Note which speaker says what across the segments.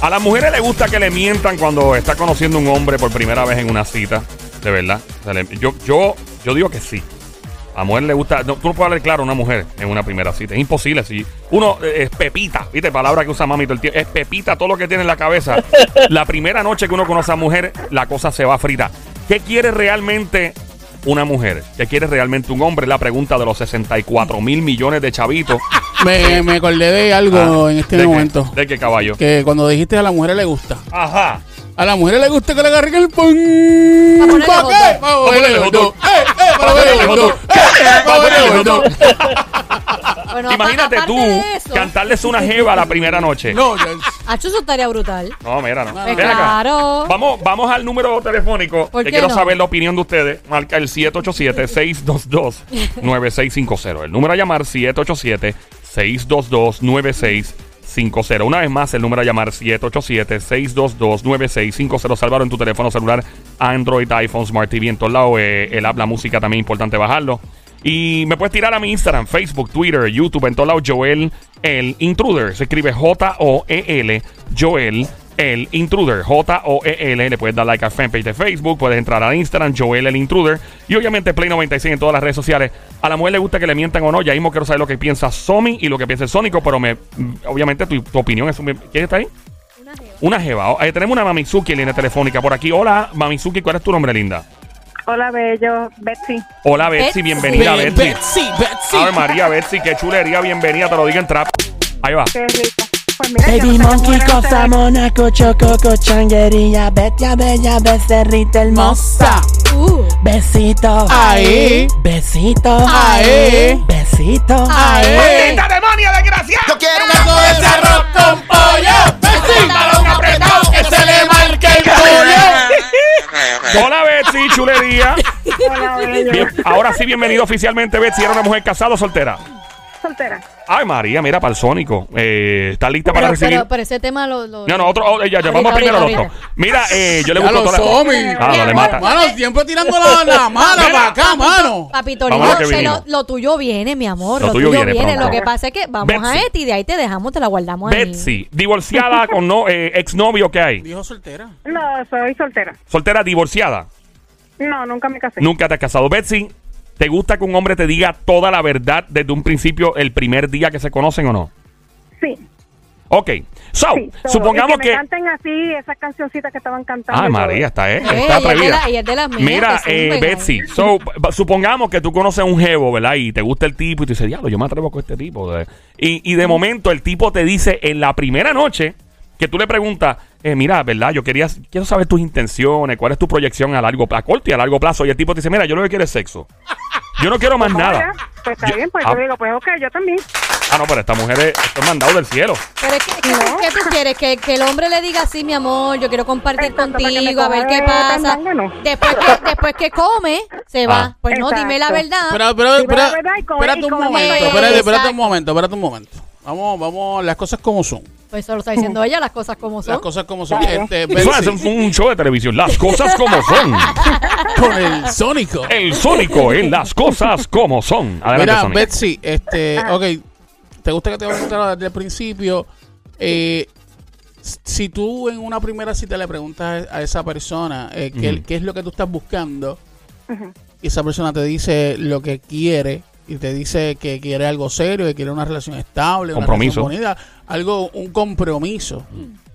Speaker 1: A las mujeres les gusta que le mientan cuando está conociendo un hombre por primera vez en una cita. De verdad. O sea, le- yo, yo, yo digo que sí. A mujer le gusta. no, tú no puedes hablar claro a una mujer en una primera cita. Es imposible. Si uno eh, es pepita, ¿viste? Palabra que usa mami todo el tiempo. Es pepita todo lo que tiene en la cabeza. la primera noche que uno conoce a mujer, la cosa se va frita. ¿Qué quiere realmente una mujer? ¿Qué quiere realmente un hombre? Es La pregunta de los 64 mil millones de chavitos.
Speaker 2: Me, me acordé de algo
Speaker 1: Ah,
Speaker 2: en este
Speaker 1: ¿de qué?
Speaker 2: momento.
Speaker 1: ¿De qué caballo?
Speaker 2: Que cuando dijiste a la mujer le gusta.
Speaker 1: Ajá.
Speaker 2: A la mujer le gusta que le agarren el pan.
Speaker 3: ponerle
Speaker 2: ¿Para qué?
Speaker 3: hot dog.
Speaker 2: Para
Speaker 1: Para ponerle
Speaker 2: ponerle
Speaker 1: hot dog.
Speaker 2: hot dog. ¡Eh, eh, para ponerle hot dog! ¡Eh, eh, para ponerle hot dog!
Speaker 3: Bueno, apa-
Speaker 1: Imagínate
Speaker 3: aparte
Speaker 1: tú
Speaker 3: de eso-
Speaker 1: cantarles una jeva la primera noche.
Speaker 2: No, ya-
Speaker 3: Acho, eso estaría brutal.
Speaker 1: No, mira, no.
Speaker 3: Pues
Speaker 1: Ven acá.
Speaker 3: claro.
Speaker 1: Vamos, vamos al número telefónico.
Speaker 3: ¿Por
Speaker 1: que
Speaker 3: qué
Speaker 1: quiero
Speaker 3: no?
Speaker 1: saber la opinión de ustedes. Marca el 787-622-9650. El número a llamar 787-622-9650. Una vez más, el número a llamar 787-622-9650. Sálvalo en tu teléfono celular, Android, iPhone, Smart TV, en todos lados. eh, el app, la música también importante bajarlo. Y me puedes tirar a mi Instagram, Facebook, Twitter, YouTube, en todos lados, Joel el Intruder. Se escribe J-O-E-L, Joel el Intruder, J-O-E-L. Le puedes dar like al fanpage de Facebook, puedes entrar a Instagram, Joel el Intruder. Y obviamente Play 96 en todas las redes sociales. A la mujer le gusta que le mientan o no. Ya mismo quiero saber lo que piensa Somi y lo que piensa el Sónico, pero me, obviamente tu, tu opinión es... ¿Quién está ahí? Una jeva. Oh, eh, tenemos una Mamizuki en línea telefónica por aquí. Hola, Mamizuki, ¿cuál es tu nombre, linda?
Speaker 4: Hola, bello. Betsy.
Speaker 1: Hola, Betsy,
Speaker 3: Betsy.
Speaker 1: bienvenida,
Speaker 2: Be-
Speaker 1: Betsy.
Speaker 2: Betsy, Betsy.
Speaker 1: Ave María, Betsy, qué chulería, bienvenida, te lo digo en trap. Ahí va.
Speaker 4: Qué rico. Pues mira, yo
Speaker 5: Baby
Speaker 4: no sé cómo
Speaker 5: monkey,
Speaker 4: eran
Speaker 5: cosa
Speaker 4: ustedes.
Speaker 5: monaco, chococo, changuería, betia, bella, becerrita hermosa.
Speaker 2: Moza.
Speaker 3: Uh,
Speaker 5: Besito,
Speaker 2: Ahí.
Speaker 5: besito,
Speaker 2: Ahí.
Speaker 5: besito.
Speaker 2: Ahí.
Speaker 1: demonia, desgraciada!
Speaker 6: Yo quiero una
Speaker 2: Taco de eh. arroz con pollo. Betsy. Balón apretado que se le marque el pollo.
Speaker 1: Hola, Betsy, chulería.
Speaker 4: Hola, bello.
Speaker 1: Bien, ahora sí, bienvenido oficialmente, Betsy. ¿Era una mujer casada o soltera?
Speaker 4: Soltera.
Speaker 1: Ay, María, mira, para el Sónico. Eh, ¿Estás lista para
Speaker 3: pero,
Speaker 1: recibir?
Speaker 3: pero- pero ese tema lo. lo-
Speaker 1: No, no, otro. oh, ya, ya,
Speaker 3: Ahorita,
Speaker 1: vamos primero al
Speaker 3: ahorita,
Speaker 1: otro. Mira, eh, yo le
Speaker 2: Ya
Speaker 1: busco
Speaker 2: lo
Speaker 1: toda la...
Speaker 2: somi.
Speaker 1: Ah, dale, mata.
Speaker 2: Mano, siempre tirando la, la mala
Speaker 1: Mira.
Speaker 2: para acá, mano.
Speaker 3: Papito
Speaker 1: Vamos a lo que
Speaker 3: lindo, se lo,
Speaker 1: vinimos.
Speaker 3: lo tuyo viene, mi amor.
Speaker 1: Lo
Speaker 3: Lo,
Speaker 1: tuyo
Speaker 3: tuyo,
Speaker 1: viene
Speaker 3: viene.
Speaker 1: pronto.
Speaker 3: Lo que pasa es que vamos a
Speaker 1: Betsy.
Speaker 3: Eti de ahí te dejamos, te la guardamos ahí.
Speaker 1: Betsy, divorciada con no, eh, exnovio que hay.
Speaker 2: Dijo soltera.
Speaker 4: No, soy soltera.
Speaker 1: Soltera, divorciada.
Speaker 4: No, nunca me casé.
Speaker 1: Nunca te has casado. Betsy, ¿te gusta que un hombre te diga toda la verdad desde un principio, el primer día que se conocen o no?
Speaker 4: Sí.
Speaker 1: Ok. So,
Speaker 4: sí, todo.
Speaker 1: supongamos
Speaker 4: Y
Speaker 1: que.
Speaker 4: Me canten así esas cancioncitas que estaban cantando.
Speaker 1: Ah,
Speaker 4: yo-
Speaker 1: María, está, eh,
Speaker 3: Eh,
Speaker 1: está
Speaker 3: ella es de
Speaker 1: atrevida.
Speaker 3: la- ella es de las mías
Speaker 1: Mira,
Speaker 3: que zumben
Speaker 1: eh,
Speaker 3: ahí.
Speaker 1: Betsy, so, p- p- supongamos que tú conoces a un jevo, ¿verdad? Y te gusta el tipo y tú dices, diablo, yo me atrevo con este tipo. ¿verdad? Y, y de momento el tipo te dice en la primera noche que tú le preguntas, eh, mira, ¿verdad? Yo quería, quiero saber tus intenciones, cuál es tu proyección a largo plazo, a corto y a largo plazo. Y el tipo te dice, mira, yo lo que quiero es sexo. Yo no quiero más
Speaker 4: Vamos
Speaker 1: nada.
Speaker 4: allá. Pues está
Speaker 1: Yo-
Speaker 4: bien, pues
Speaker 1: ah,
Speaker 4: yo digo, pues ok, yo también.
Speaker 1: Ah, no, pero esta mujer es, esto es mandado del cielo.
Speaker 3: Pero es que, es que- ¿qué tú quieres? Que, que el hombre le diga sí, mi amor, yo quiero compartir
Speaker 4: Exacto, para que me
Speaker 3: contigo, a ver qué
Speaker 4: coja
Speaker 3: pasa.
Speaker 4: tan bueno.
Speaker 3: Después que, después que come, se va.
Speaker 1: Ah.
Speaker 3: Pues no, dime la
Speaker 4: Exacto.
Speaker 3: verdad.
Speaker 2: Espera, espera,
Speaker 4: Sí, pero
Speaker 2: espera,
Speaker 4: la verdad, y con-
Speaker 2: espérate
Speaker 4: y
Speaker 2: un
Speaker 4: con la
Speaker 2: momento,
Speaker 3: verdad.
Speaker 2: espérate, espérate
Speaker 3: Exacto.
Speaker 2: un momento, espérate un momento. Vamos, vamos, las cosas como son.
Speaker 3: Pues eso lo está diciendo ella, las cosas como son.
Speaker 2: Las cosas como son.
Speaker 4: Claro.
Speaker 2: Este,
Speaker 1: Eso es
Speaker 2: Betsy,
Speaker 1: un, un show de televisión. Las cosas como son.
Speaker 2: con el Sónico.
Speaker 1: El Sónico en las cosas como son. Adelante,
Speaker 2: Mira,
Speaker 1: Sónico.
Speaker 2: Betsy, este, ok, te gusta que te voy a contar desde el principio. Eh, si tú en una primera cita le preguntas a esa persona eh, qué,
Speaker 1: Ujú.
Speaker 2: qué es lo que tú estás buscando, y esa persona te dice lo que quiere, y te dice que quiere algo serio, que quiere una relación estable,
Speaker 1: Compromiso.
Speaker 2: una relación bonita, algo, un compromiso.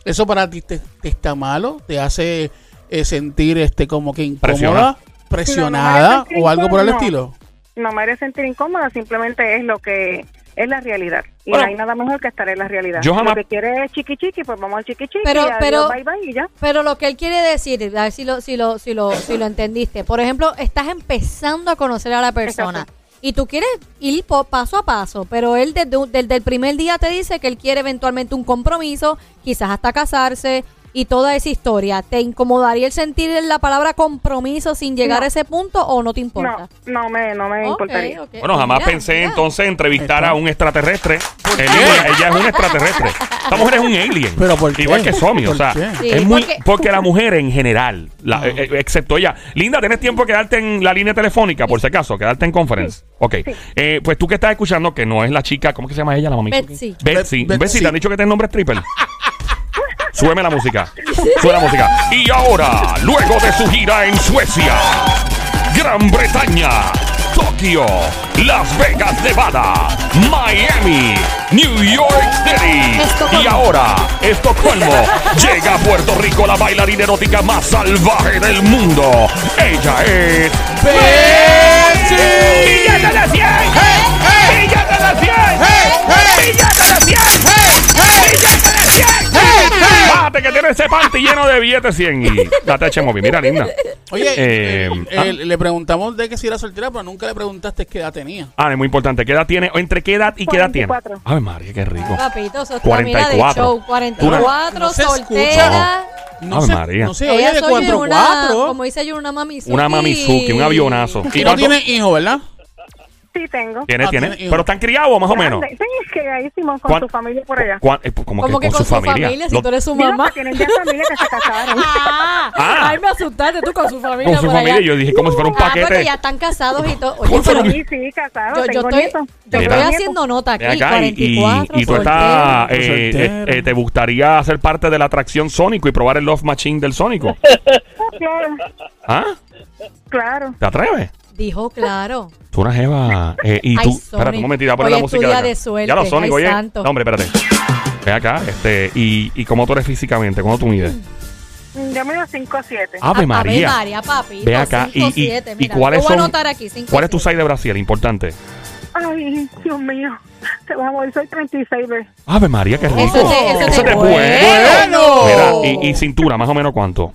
Speaker 2: Eso para ti te, te está malo, te hace eh, sentir este como que incómoda, presionada
Speaker 4: sentir
Speaker 2: o algo por el
Speaker 4: incómoda.
Speaker 2: estilo.
Speaker 4: No me haré sentir incómoda, simplemente es lo que es la realidad. Y
Speaker 1: Bueno.
Speaker 4: no hay nada mejor que estar en la realidad.
Speaker 1: Yo jamás-
Speaker 4: Lo que quiere es chiqui chiqui, pues vamos al chiqui chiqui.
Speaker 3: Pero-
Speaker 4: y adiós,
Speaker 3: pero-
Speaker 4: Bye bye y ya.
Speaker 3: Pero lo que él quiere decir, a ver si lo, si lo, si lo, si lo entendiste. Por ejemplo, estás empezando a conocer a la persona.
Speaker 4: Exacto.
Speaker 3: Y tú quieres ir po- paso a paso, pero él desde, un- desde el primer día te dice que él quiere eventualmente un compromiso, quizás hasta casarse y toda esa historia. ¿Te incomodaría el sentir la palabra compromiso sin llegar
Speaker 4: No.
Speaker 3: a ese punto o no te importa?
Speaker 4: No, no me, no me
Speaker 3: Ok,
Speaker 4: importaría.
Speaker 3: ok.
Speaker 1: Bueno, jamás
Speaker 3: Mira,
Speaker 1: pensé
Speaker 3: mira.
Speaker 1: entonces entrevistar a un extraterrestre.
Speaker 2: qué?
Speaker 1: El mismo- ella es un extraterrestre. Esta mujer es un alien.
Speaker 2: ¿Pero por qué?
Speaker 1: Igual que Somi, o
Speaker 2: ¿Por
Speaker 1: sea.
Speaker 2: qué?
Speaker 3: Sí,
Speaker 1: es muy, porque...
Speaker 3: porque-
Speaker 1: la mujer en general, la- eh, eh, excepto ella. Linda, ¿tienes tiempo de quedarte en la línea telefónica, por si acaso? Quedarte en conference. Ok. Eh, pues tú que estás escuchando, que no es la chica, ¿cómo que se llama ella, la mamita?
Speaker 3: Betsy.
Speaker 1: Betsy. Betsy,
Speaker 2: Bet-
Speaker 1: ¿te
Speaker 2: Betsy.
Speaker 1: han dicho que este nombre es triple? Súbeme la música. Sube la música. Y ahora, luego de su gira en Suecia, Gran Bretaña, Tokio, Las Vegas, Nevada, Miami, New York City.
Speaker 3: Estocolmo.
Speaker 1: Y ahora, Estocolmo, llega a Puerto Rico la bailarina erótica más salvaje del mundo. Ella es.
Speaker 2: Betsy.
Speaker 1: ¡Billete de 100!
Speaker 2: hey.
Speaker 1: ¡Billete de 100!
Speaker 2: hey.
Speaker 1: ¡Billete de 100! ¡Billete de 100! Bájate que tiene ese panty lleno de billetes 100 y date eche móvil. Mira, linda.
Speaker 2: Oye,
Speaker 1: Eh,
Speaker 2: eh,
Speaker 1: ah.
Speaker 2: eh, le preguntamos de que si era soltera, pero nunca le preguntaste qué edad tenía.
Speaker 1: Ah, es muy importante. ¿Qué edad tiene? ¿O ¿Entre qué edad y qué edad tiene?
Speaker 4: 44.
Speaker 1: Ay, María, qué rico.
Speaker 3: Ah, Papito, eso es una amiga de
Speaker 1: 44.
Speaker 3: show. 44,
Speaker 2: No se
Speaker 3: soltera.
Speaker 2: No
Speaker 1: Ave
Speaker 2: sé,
Speaker 1: María.
Speaker 2: no sé,
Speaker 3: Ella
Speaker 2: oye, de
Speaker 3: soy
Speaker 2: cuatro
Speaker 3: una-
Speaker 2: cuatro.
Speaker 3: Como dice yo, una mamizuki.
Speaker 1: Una mamizuki, un avionazo.
Speaker 2: Y no
Speaker 1: cuánto-
Speaker 2: tiene hijo, ¿verdad?
Speaker 4: Sí, tengo.
Speaker 1: Tiene,
Speaker 2: Ah,
Speaker 1: tiene.
Speaker 2: tiene hijos.
Speaker 1: Pero están criados, más o menos.
Speaker 4: Sí, es que ahí Simón con
Speaker 1: ¿Cuán-
Speaker 4: su familia por allá.
Speaker 1: cuán- eh, como que
Speaker 3: Como que
Speaker 1: con, su, familia.
Speaker 3: si
Speaker 1: Lo-
Speaker 3: tú eres su
Speaker 4: Digo,
Speaker 3: mamá.
Speaker 4: que tienen ya familia que se casaron.
Speaker 3: Ah,
Speaker 1: Ah.
Speaker 3: Ay, me asustaste tú con su familia.
Speaker 1: Con su
Speaker 3: por
Speaker 1: familia,
Speaker 3: allá.
Speaker 1: yo dije, como si fuera un
Speaker 3: Ah, porque
Speaker 1: paquete.
Speaker 3: ya están casados y todo. Oye,
Speaker 1: Por
Speaker 3: pero
Speaker 1: favor.
Speaker 3: yo,
Speaker 4: Sí, sí, casado.
Speaker 3: yo
Speaker 4: tengo
Speaker 3: estoy,
Speaker 4: nietos.
Speaker 3: yo
Speaker 1: Mira.
Speaker 3: estoy haciendo nota aquí.
Speaker 1: Ven acá y, y-
Speaker 3: 44,
Speaker 1: y tú
Speaker 3: soltera.
Speaker 1: estás. eh,
Speaker 2: Soltero.
Speaker 1: eh, eh, ¿Te gustaría ser parte de la atracción Sónico y probar el Love Machine del Sónico?
Speaker 4: Claro,
Speaker 1: ¿Ah?
Speaker 4: claro.
Speaker 1: ¿Te atreves?
Speaker 3: Dijo, claro.
Speaker 1: Tú una jeva. eh, y
Speaker 3: Ay,
Speaker 1: tú.
Speaker 3: Sonic.
Speaker 1: espérate un momentito, voy a poner
Speaker 3: Hoy
Speaker 1: la
Speaker 3: es tu
Speaker 1: música.
Speaker 3: día
Speaker 1: acá.
Speaker 3: de suerte.
Speaker 1: Ya lo Sonic,
Speaker 3: Ay,
Speaker 1: oye.
Speaker 3: santo.
Speaker 1: No, hombre, espérate. Ven acá, este. ¿Y, y cómo tú eres físicamente? ¿Cómo tú mides?
Speaker 4: Yo mido 5 a 7.
Speaker 1: Ave María.
Speaker 3: Ave María, papi.
Speaker 1: Ve acá.
Speaker 3: Cinco,
Speaker 1: y, y,
Speaker 3: siete,
Speaker 1: y
Speaker 3: mira,
Speaker 1: cuáles
Speaker 3: lo voy a
Speaker 1: son.
Speaker 3: anotar aquí, cinco,
Speaker 1: ¿Cuál es tu
Speaker 3: siete.
Speaker 1: size de Brasil? Importante.
Speaker 4: Ay, Dios mío. Te vas a morir. Soy 36 veces.
Speaker 1: Ave María, qué rico.
Speaker 3: Eso te- eso te-
Speaker 1: te es
Speaker 2: bueno.
Speaker 1: Mira, y, y cintura, más o menos cuánto.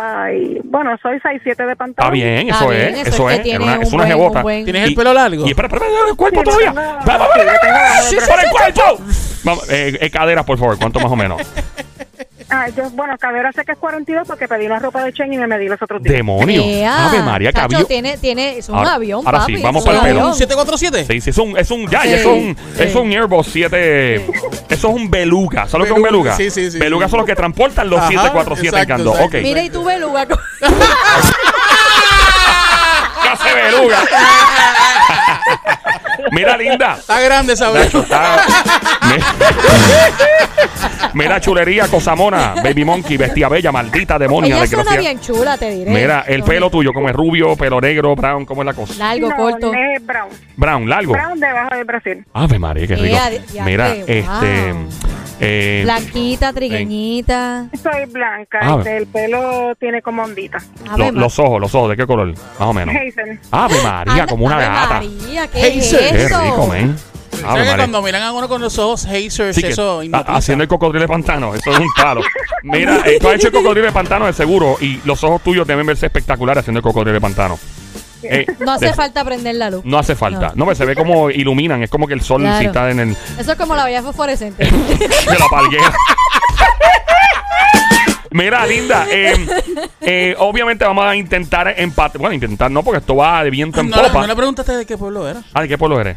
Speaker 4: Ay, bueno, soy 6, 7 de
Speaker 1: Está
Speaker 4: pantalón.
Speaker 1: bien,
Speaker 3: Está
Speaker 1: eso
Speaker 3: bien,
Speaker 1: es.
Speaker 3: eso
Speaker 1: Eso
Speaker 3: es
Speaker 1: es.
Speaker 3: que
Speaker 1: Es
Speaker 3: tiene
Speaker 1: una,
Speaker 3: un
Speaker 1: es una
Speaker 3: buen-
Speaker 1: jebota.
Speaker 3: un buen-
Speaker 2: ¿Tienes
Speaker 1: Y-
Speaker 2: el pelo largo?
Speaker 1: Y espera, espera, espera, el cuerpo
Speaker 4: Sí,
Speaker 1: todavía.
Speaker 4: no, no,
Speaker 1: Va, va, va,
Speaker 4: sí,
Speaker 1: va,
Speaker 4: yo tengo
Speaker 1: va.
Speaker 4: hambre.
Speaker 1: ¡Para el cuerpo! Vamos, eh, eh, caderas, por favor, ¿cuánto más o menos?
Speaker 4: Ay, Ah, yo, bueno, cadera sé que es 42 porque pedí una ropa de Chen y me medí los otros días.
Speaker 1: Demonio.
Speaker 3: Ea,
Speaker 1: Ave María,
Speaker 3: chacho,
Speaker 1: cabello.
Speaker 3: Eh, ah, tiene, tiene, es un
Speaker 1: Ahora-
Speaker 3: avión,
Speaker 1: ahora
Speaker 3: papi,
Speaker 1: sí, vamos
Speaker 3: es un
Speaker 1: para el pelo.
Speaker 3: avión.
Speaker 2: ¿Un 747?
Speaker 1: Sí, sí, es un, es un, ya,
Speaker 3: Sí,
Speaker 1: es un,
Speaker 3: sí.
Speaker 1: es un Airbus 7, eso es un beluga, ¿sabes lo que es un
Speaker 2: Beluga,
Speaker 1: beluga?
Speaker 2: sí, sí, sí,
Speaker 1: beluga
Speaker 2: sí.
Speaker 1: son los que transportan los
Speaker 2: Ajá,
Speaker 1: 747
Speaker 2: exacto,
Speaker 1: Cando,
Speaker 2: exacto.
Speaker 1: ok.
Speaker 3: Mira, y tú ves lugar.
Speaker 1: ¿Qué hace beluga? Mira, linda.
Speaker 2: Está grande esa vez.
Speaker 1: Nacho, está- Mi- Mira, chulería, cosamona, baby monkey, bestia bella, maldita demonia,
Speaker 3: Ella suena
Speaker 1: desgraciada.
Speaker 3: bien chula, te diré.
Speaker 1: Mira, el
Speaker 3: Sonic.
Speaker 1: pelo tuyo, como es rubio, pelo negro, brown, ¿cómo es la cosa?
Speaker 3: Largo,
Speaker 4: no,
Speaker 3: corto.
Speaker 4: Es brown.
Speaker 1: Brown, largo.
Speaker 4: Brown debajo de Brasil.
Speaker 1: Ave María, qué rico.
Speaker 3: Ea, diante,
Speaker 1: Mira,
Speaker 3: Eh, wow.
Speaker 1: este. eh,
Speaker 3: Blanquita, trigueñita.
Speaker 4: Soy blanca.
Speaker 1: Ah.
Speaker 4: este, el pelo tiene como ondita.
Speaker 1: lo-
Speaker 3: Ave
Speaker 1: los ojos, los ojos, ¿de qué color? Más o menos.
Speaker 4: Hazel.
Speaker 1: Ave
Speaker 3: María.
Speaker 1: María,
Speaker 3: Anda,
Speaker 1: como una
Speaker 3: Ave
Speaker 1: gata.
Speaker 3: María, ¿qué
Speaker 2: Hey,
Speaker 3: es
Speaker 2: sir.
Speaker 1: Qué
Speaker 3: eso?
Speaker 1: rico, men. Ave
Speaker 2: ¿Sabes que
Speaker 1: María.
Speaker 2: cuando miran a uno con los ojos, hazers,
Speaker 1: Sí que
Speaker 2: eso
Speaker 1: a-
Speaker 2: hipnotiza?
Speaker 1: haciendo el cocodrilo de pantano, eso es un palo. Mira, eh, tú has hecho el cocodrilo de pantano de seguro y los ojos tuyos deben verse espectaculares haciendo el cocodrilo de pantano. Eh,
Speaker 3: No hace
Speaker 1: de-
Speaker 3: falta prender la luz.
Speaker 1: No hace falta.
Speaker 3: No.
Speaker 1: No, pero se ve como iluminan, es como que el sol
Speaker 3: Claro.
Speaker 1: si está en el
Speaker 3: Eso es como la bella fosforescente.
Speaker 1: de la palguera. Mira, linda, eh, eh, obviamente vamos a intentar empatar. Bueno, intentar no, porque esto va de viento en
Speaker 2: No, le-
Speaker 1: popa.
Speaker 2: no le preguntaste de qué pueblo era.
Speaker 1: Ah, ¿de qué pueblo eres?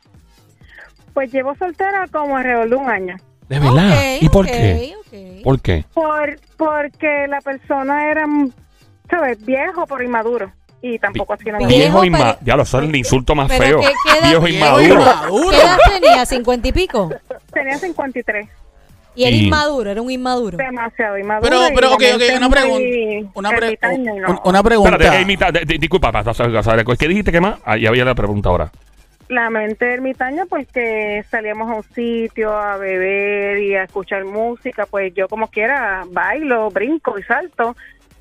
Speaker 4: Pues llevo soltera como alrededor de un año.
Speaker 1: ¿De
Speaker 3: Ok, ok, ok.
Speaker 1: ¿Por qué?
Speaker 4: Por, porque la persona era, mm, ¿sabes? Viejo por inmaduro. Y tampoco así no me
Speaker 3: Viejo,
Speaker 1: Viejo
Speaker 3: pero-
Speaker 1: inmaduro. Ya lo sabes, el insulto más
Speaker 3: pero
Speaker 1: Ah, feo.
Speaker 3: ¿qué queda-
Speaker 1: Viejo
Speaker 2: Viejo
Speaker 1: inmaduro.
Speaker 2: inmaduro.
Speaker 3: ¿Qué edad tenía? ¿Cincuenta y pico?
Speaker 4: Tenía 53.
Speaker 3: Y era
Speaker 1: Y-
Speaker 3: inmaduro, era un inmaduro.
Speaker 4: Demasiado inmaduro.
Speaker 2: Pero,
Speaker 4: y
Speaker 2: pero, ok, ok,
Speaker 4: realmente
Speaker 2: una
Speaker 4: muy
Speaker 2: pregunta. Una, pre-
Speaker 4: ermitaña y no.
Speaker 2: un- una
Speaker 1: Espérate, eh,
Speaker 2: pregunta.
Speaker 1: mitad, de- de- disculpa, pa- pa- pa- pa- pa- ¿qué dijiste Ah, que más? Ahí había la pregunta ahora.
Speaker 4: La mente ermitaña porque salíamos a un sitio a beber y a escuchar música, pues yo como quiera bailo, brinco y salto.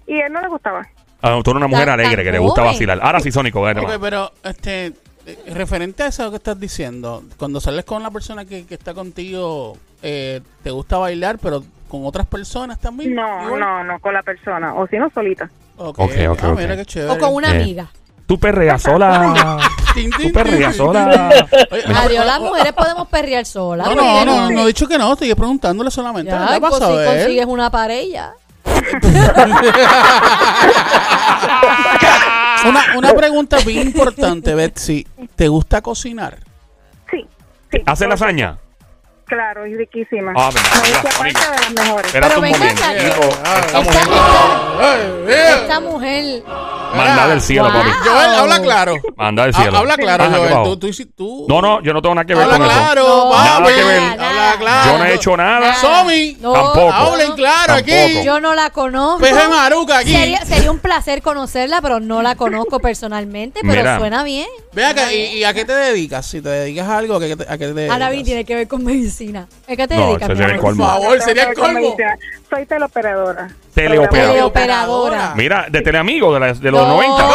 Speaker 4: Y a él no le gustaba.
Speaker 1: Ah, tú eres una mujer
Speaker 3: Tan- tan
Speaker 1: alegre que le gusta
Speaker 3: joven.
Speaker 1: vacilar. Ahora sí, Sónico, dale,
Speaker 2: Ok,
Speaker 1: nomás.
Speaker 2: pero este, eh, referente a eso que estás diciendo, cuando sales con la persona que, que está contigo, eh, te gusta bailar, pero con otras personas también.
Speaker 4: No,
Speaker 2: Igual.
Speaker 4: no, no con la persona, o si no solita.
Speaker 2: Ok,
Speaker 1: Ok, ok,
Speaker 2: ah,
Speaker 1: ok.
Speaker 2: mira qué chévere.
Speaker 3: O con una
Speaker 1: Eh.
Speaker 3: amiga.
Speaker 1: Tú perreas sola.
Speaker 2: Tin, tin,
Speaker 1: Tú perreas
Speaker 2: tin,
Speaker 1: sola.
Speaker 2: tin, tin. Oye, ah,
Speaker 3: Adiós, las
Speaker 2: oh, oh,
Speaker 3: mujeres podemos perrear solas.
Speaker 2: No,
Speaker 3: ¿por
Speaker 2: no,
Speaker 3: qué
Speaker 2: no, no, no he dicho que no, estoy preguntándole solamente.
Speaker 3: Ya,
Speaker 2: ¿Qué
Speaker 3: pues,
Speaker 2: pasa
Speaker 3: si
Speaker 2: a ver?
Speaker 3: consigues una pareja.
Speaker 2: una, una pregunta bien importante, Betsy. ¿Te gusta cocinar?
Speaker 4: Sí, sí.
Speaker 1: ¿Hace lasaña?
Speaker 4: Claro, es riquísima.
Speaker 1: Ah, venga,
Speaker 4: Me
Speaker 1: venga,
Speaker 4: dice,
Speaker 1: amiga.
Speaker 4: aparte de las mejores.
Speaker 1: Espérate
Speaker 3: Pero
Speaker 1: un
Speaker 3: venga
Speaker 1: momento.
Speaker 3: acá,
Speaker 1: Chico, esta
Speaker 3: Esta,
Speaker 1: mujer,
Speaker 3: esta,
Speaker 2: Joel,
Speaker 3: esta mujer.
Speaker 1: manda del cielo,
Speaker 3: Wow.
Speaker 1: papi.
Speaker 2: habla claro.
Speaker 1: Manda del
Speaker 2: Ha-
Speaker 1: cielo.
Speaker 2: Ah, Habla claro,
Speaker 1: Ajá, ¿qué
Speaker 2: Joel.
Speaker 1: pasó?
Speaker 2: Tú, tú, hici- tú-
Speaker 1: No, no, yo no tengo nada que ver
Speaker 2: Habla
Speaker 1: con eso.
Speaker 2: claro,
Speaker 3: No,
Speaker 1: Nada
Speaker 2: papi.
Speaker 1: que ver.
Speaker 2: Habla
Speaker 3: nada.
Speaker 2: claro.
Speaker 1: Yo no he hecho nada.
Speaker 2: Somi,
Speaker 3: No,
Speaker 1: Tampoco.
Speaker 2: hablen claro aquí.
Speaker 1: Tampoco.
Speaker 3: Yo no la conozco.
Speaker 2: Peje Maruca aquí.
Speaker 3: Sería, sería un placer conocerla, pero no la conozco personalmente, pero
Speaker 1: Mira.
Speaker 3: suena bien.
Speaker 2: Ve acá, ¿y, y a qué te dedicas? Si te dedicas a algo, ¿a qué te, a qué te dedicas?
Speaker 3: Ahora bien, tiene que ver con medicina. ¿A qué te
Speaker 1: No, eso
Speaker 3: dedicas? mi
Speaker 1: tiene
Speaker 3: amor?
Speaker 2: Por
Speaker 1: colmo.
Speaker 2: favor, sería el
Speaker 4: Tengo que ver con
Speaker 2: colmo.
Speaker 4: medicina. Soy teleoperadora.
Speaker 1: Teleoperadora.
Speaker 3: Teleoperadora.
Speaker 1: Mira, de Teleamigos, de, las- de los
Speaker 3: No.
Speaker 1: 90.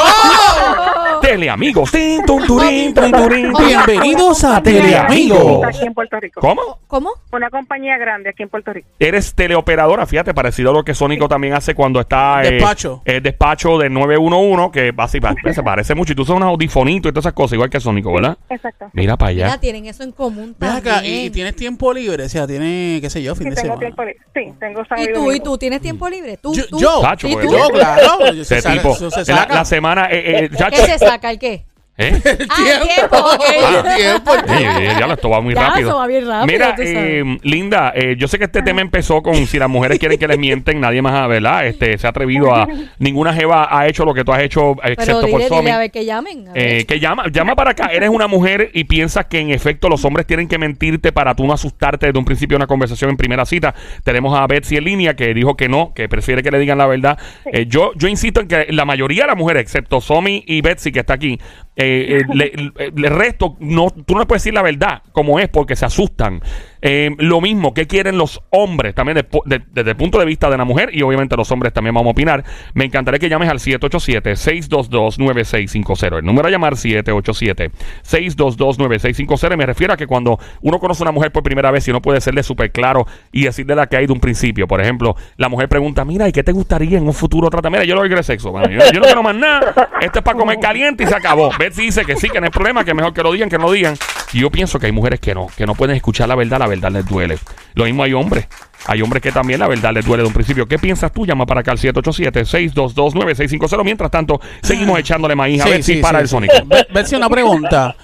Speaker 1: Teleamigos. Tin, tun, turín, tun, turín,
Speaker 3: Oye,
Speaker 1: tin.
Speaker 2: Bienvenidos a
Speaker 1: Teleamigo.
Speaker 4: Está Aquí en Puerto Rico.
Speaker 1: ¿Cómo?
Speaker 3: ¿Cómo?
Speaker 4: Una compañía grande aquí en Puerto Rico.
Speaker 1: Eres teleoperadora, fíjate, parecido a lo que Sónico también hace cuando está... eh,
Speaker 2: Despacho.
Speaker 1: El despacho del 911, que así pa- se parece mucho. Y tú usas un audifonito y todas esas cosas, igual que Sónico, ¿verdad?
Speaker 4: Exacto.
Speaker 1: Mira para
Speaker 3: Mira,
Speaker 1: allá.
Speaker 3: tienen eso en común
Speaker 2: Ve
Speaker 3: también.
Speaker 2: acá, ¿y, y tienes tiempo libre? O sea, tienes, qué sé yo, fin
Speaker 4: Sí,
Speaker 2: de
Speaker 4: tengo
Speaker 2: semana.
Speaker 4: tiempo libre. Sí, tengo sábado
Speaker 3: ¿Y tú, y
Speaker 4: domingo.
Speaker 3: tú, ¿tienes tiempo libre? ¿Tú,
Speaker 2: Yo,
Speaker 3: tú?
Speaker 2: yo,
Speaker 1: Tacho,
Speaker 3: ¿Y
Speaker 1: pues,
Speaker 3: tú?
Speaker 2: yo, claro. yo-
Speaker 1: Ese
Speaker 2: se saca-
Speaker 1: tipo...
Speaker 2: eso se
Speaker 1: la,
Speaker 2: saca.
Speaker 1: la semana... eh, eh,
Speaker 3: ¿Qué
Speaker 1: chacho,
Speaker 3: se saca? ¿El qué?
Speaker 1: ¿eh?
Speaker 3: Ah, el tiempo, ok.
Speaker 1: Ah.
Speaker 2: El tiempo, el
Speaker 1: Oye, ya- ya lo- esto va muy
Speaker 3: Ya,
Speaker 1: rápido.
Speaker 3: eso va bien rápido,
Speaker 1: Mira,
Speaker 3: tú sabes.
Speaker 1: eh, Linda, eh, yo sé que este tema empezó con si las mujeres quieren que les mienten, nadie más, ¿verdad? Este, se ha atrevido a. Ninguna Jeva ha hecho lo que tú has hecho,
Speaker 3: Pero
Speaker 1: excepto por
Speaker 3: dile,
Speaker 1: Somi.
Speaker 3: dile a ver que llamen. a ver.
Speaker 1: Eh, que llama, llama para acá. Eres una mujer y piensas que en efecto los hombres tienen que mentirte para tú no asustarte desde un principio de una conversación en primera cita. Tenemos a Betsy en línea que dijo que no, que prefiere que le digan la verdad. Eh, yo, yo insisto en que la mayoría de las mujeres, excepto Somi y Betsy que está aquí, eh, eh, le, le- le resto, no, tú no le puedes decir la verdad como es porque se asustan. Eh, lo mismo, ¿qué quieren los hombres? También de- de- desde el punto de vista de la mujer y obviamente los hombres también vamos a opinar. Me encantaría que llames al 787-622-9650. El número a llamar 787-622-9650. Me refiero a que cuando uno conoce a una mujer por primera vez y uno puede serle súper claro y decirle la que hay de un principio. Por ejemplo, la mujer pregunta, mira, ¿y qué te gustaría en un futuro tratar? Mira, yo no quiero sexo, mano. Yo, yo no quiero más nada. Esto es para comer caliente y se acabó. Betsy dice que sí, que no hay problema, que mejor que lo digan, que no lo digan. Y yo pienso que hay mujeres que no, que no pueden escuchar la verdad, la verdad les duele. Lo mismo hay hombres. Hay hombres que también la verdad les duele de un principio. ¿Qué piensas tú? Llama para acá al 787-622-9650. Mientras tanto, seguimos echándole maíz a
Speaker 2: Sí,
Speaker 1: ver si
Speaker 2: sí,
Speaker 1: para
Speaker 2: sí.
Speaker 1: el sónico.
Speaker 2: Ve- Betsy, una pregunta.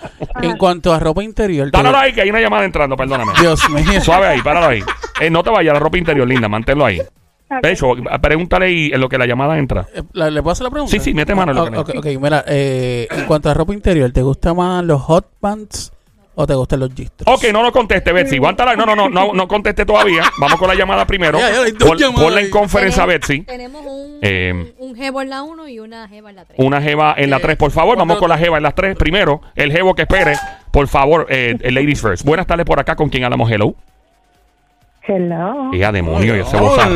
Speaker 2: En cuanto a ropa interior. te-
Speaker 1: Páralo ahí, que hay una llamada entrando, perdóname.
Speaker 2: Dios mío.
Speaker 1: Suave ahí, páralo ahí. Eh, no te vayas, la ropa interior, linda, manténlo ahí.
Speaker 4: Ok.
Speaker 1: De hecho, pregúntale y en lo que la llamada entra.
Speaker 2: Eh, ¿la- ¿Le puedo hacer la pregunta?
Speaker 1: Sí, sí, mete mano en lo
Speaker 2: Ah,
Speaker 1: que
Speaker 2: ok, ok, mira, eh, en cuanto a ropa interior, ¿te gustan más los hot pants o te gustan los gistros?
Speaker 1: Ok, no lo conteste, Betsy. Aguántala. No, no, no, no, no conteste todavía. Vamos con la llamada primero.
Speaker 2: Ya, ya, hay dos
Speaker 1: Pon-
Speaker 2: llamadas
Speaker 1: Ponla en
Speaker 2: ahí.
Speaker 1: conferencia a
Speaker 3: Tenemos-
Speaker 1: Betsy.
Speaker 3: Tenemos un,
Speaker 1: Eh,
Speaker 3: un, un jevo en la 1 y una jeva en la 3.
Speaker 1: Una jeva en la
Speaker 2: Eh,
Speaker 1: 3, por favor. Vamos
Speaker 2: otro-
Speaker 1: con la jeva en las 3 primero. El jevo que espere. Por favor, eh, eh, ladies first. Buenas tardes por acá. ¿Con quién hablamos? Hello.
Speaker 4: Hello.
Speaker 1: Ella, demonio, yo se
Speaker 2: Hola.
Speaker 1: boza.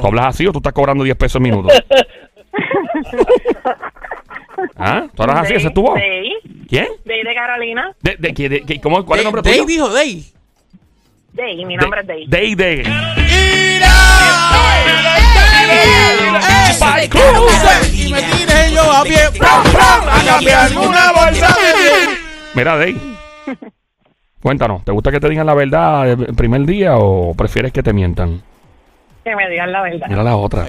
Speaker 1: ¿Tú hablas así o tú estás cobrando 10 pesos el minuto? ¿Ah? ¿Tú hablas así? ¿Ese es tu voz?
Speaker 4: Day.
Speaker 1: ¿Quién?
Speaker 4: Day de Carolina.
Speaker 1: De, de- de- de- ¿cómo- ¿Cuál es el nombre
Speaker 2: Day
Speaker 1: tuyo?
Speaker 2: dijo Day.
Speaker 4: Day, mi
Speaker 1: Day, Day.
Speaker 2: ¡Ey! Cruce Y me tires yo a pie. ¡Pram, pram! A cambiar una bolsa de miel.
Speaker 1: Mira, Day. Cuéntanos, ¿te gusta que te digan la verdad el primer día o prefieres que te mientan?
Speaker 4: Que me digan la verdad.
Speaker 1: Mira la otra.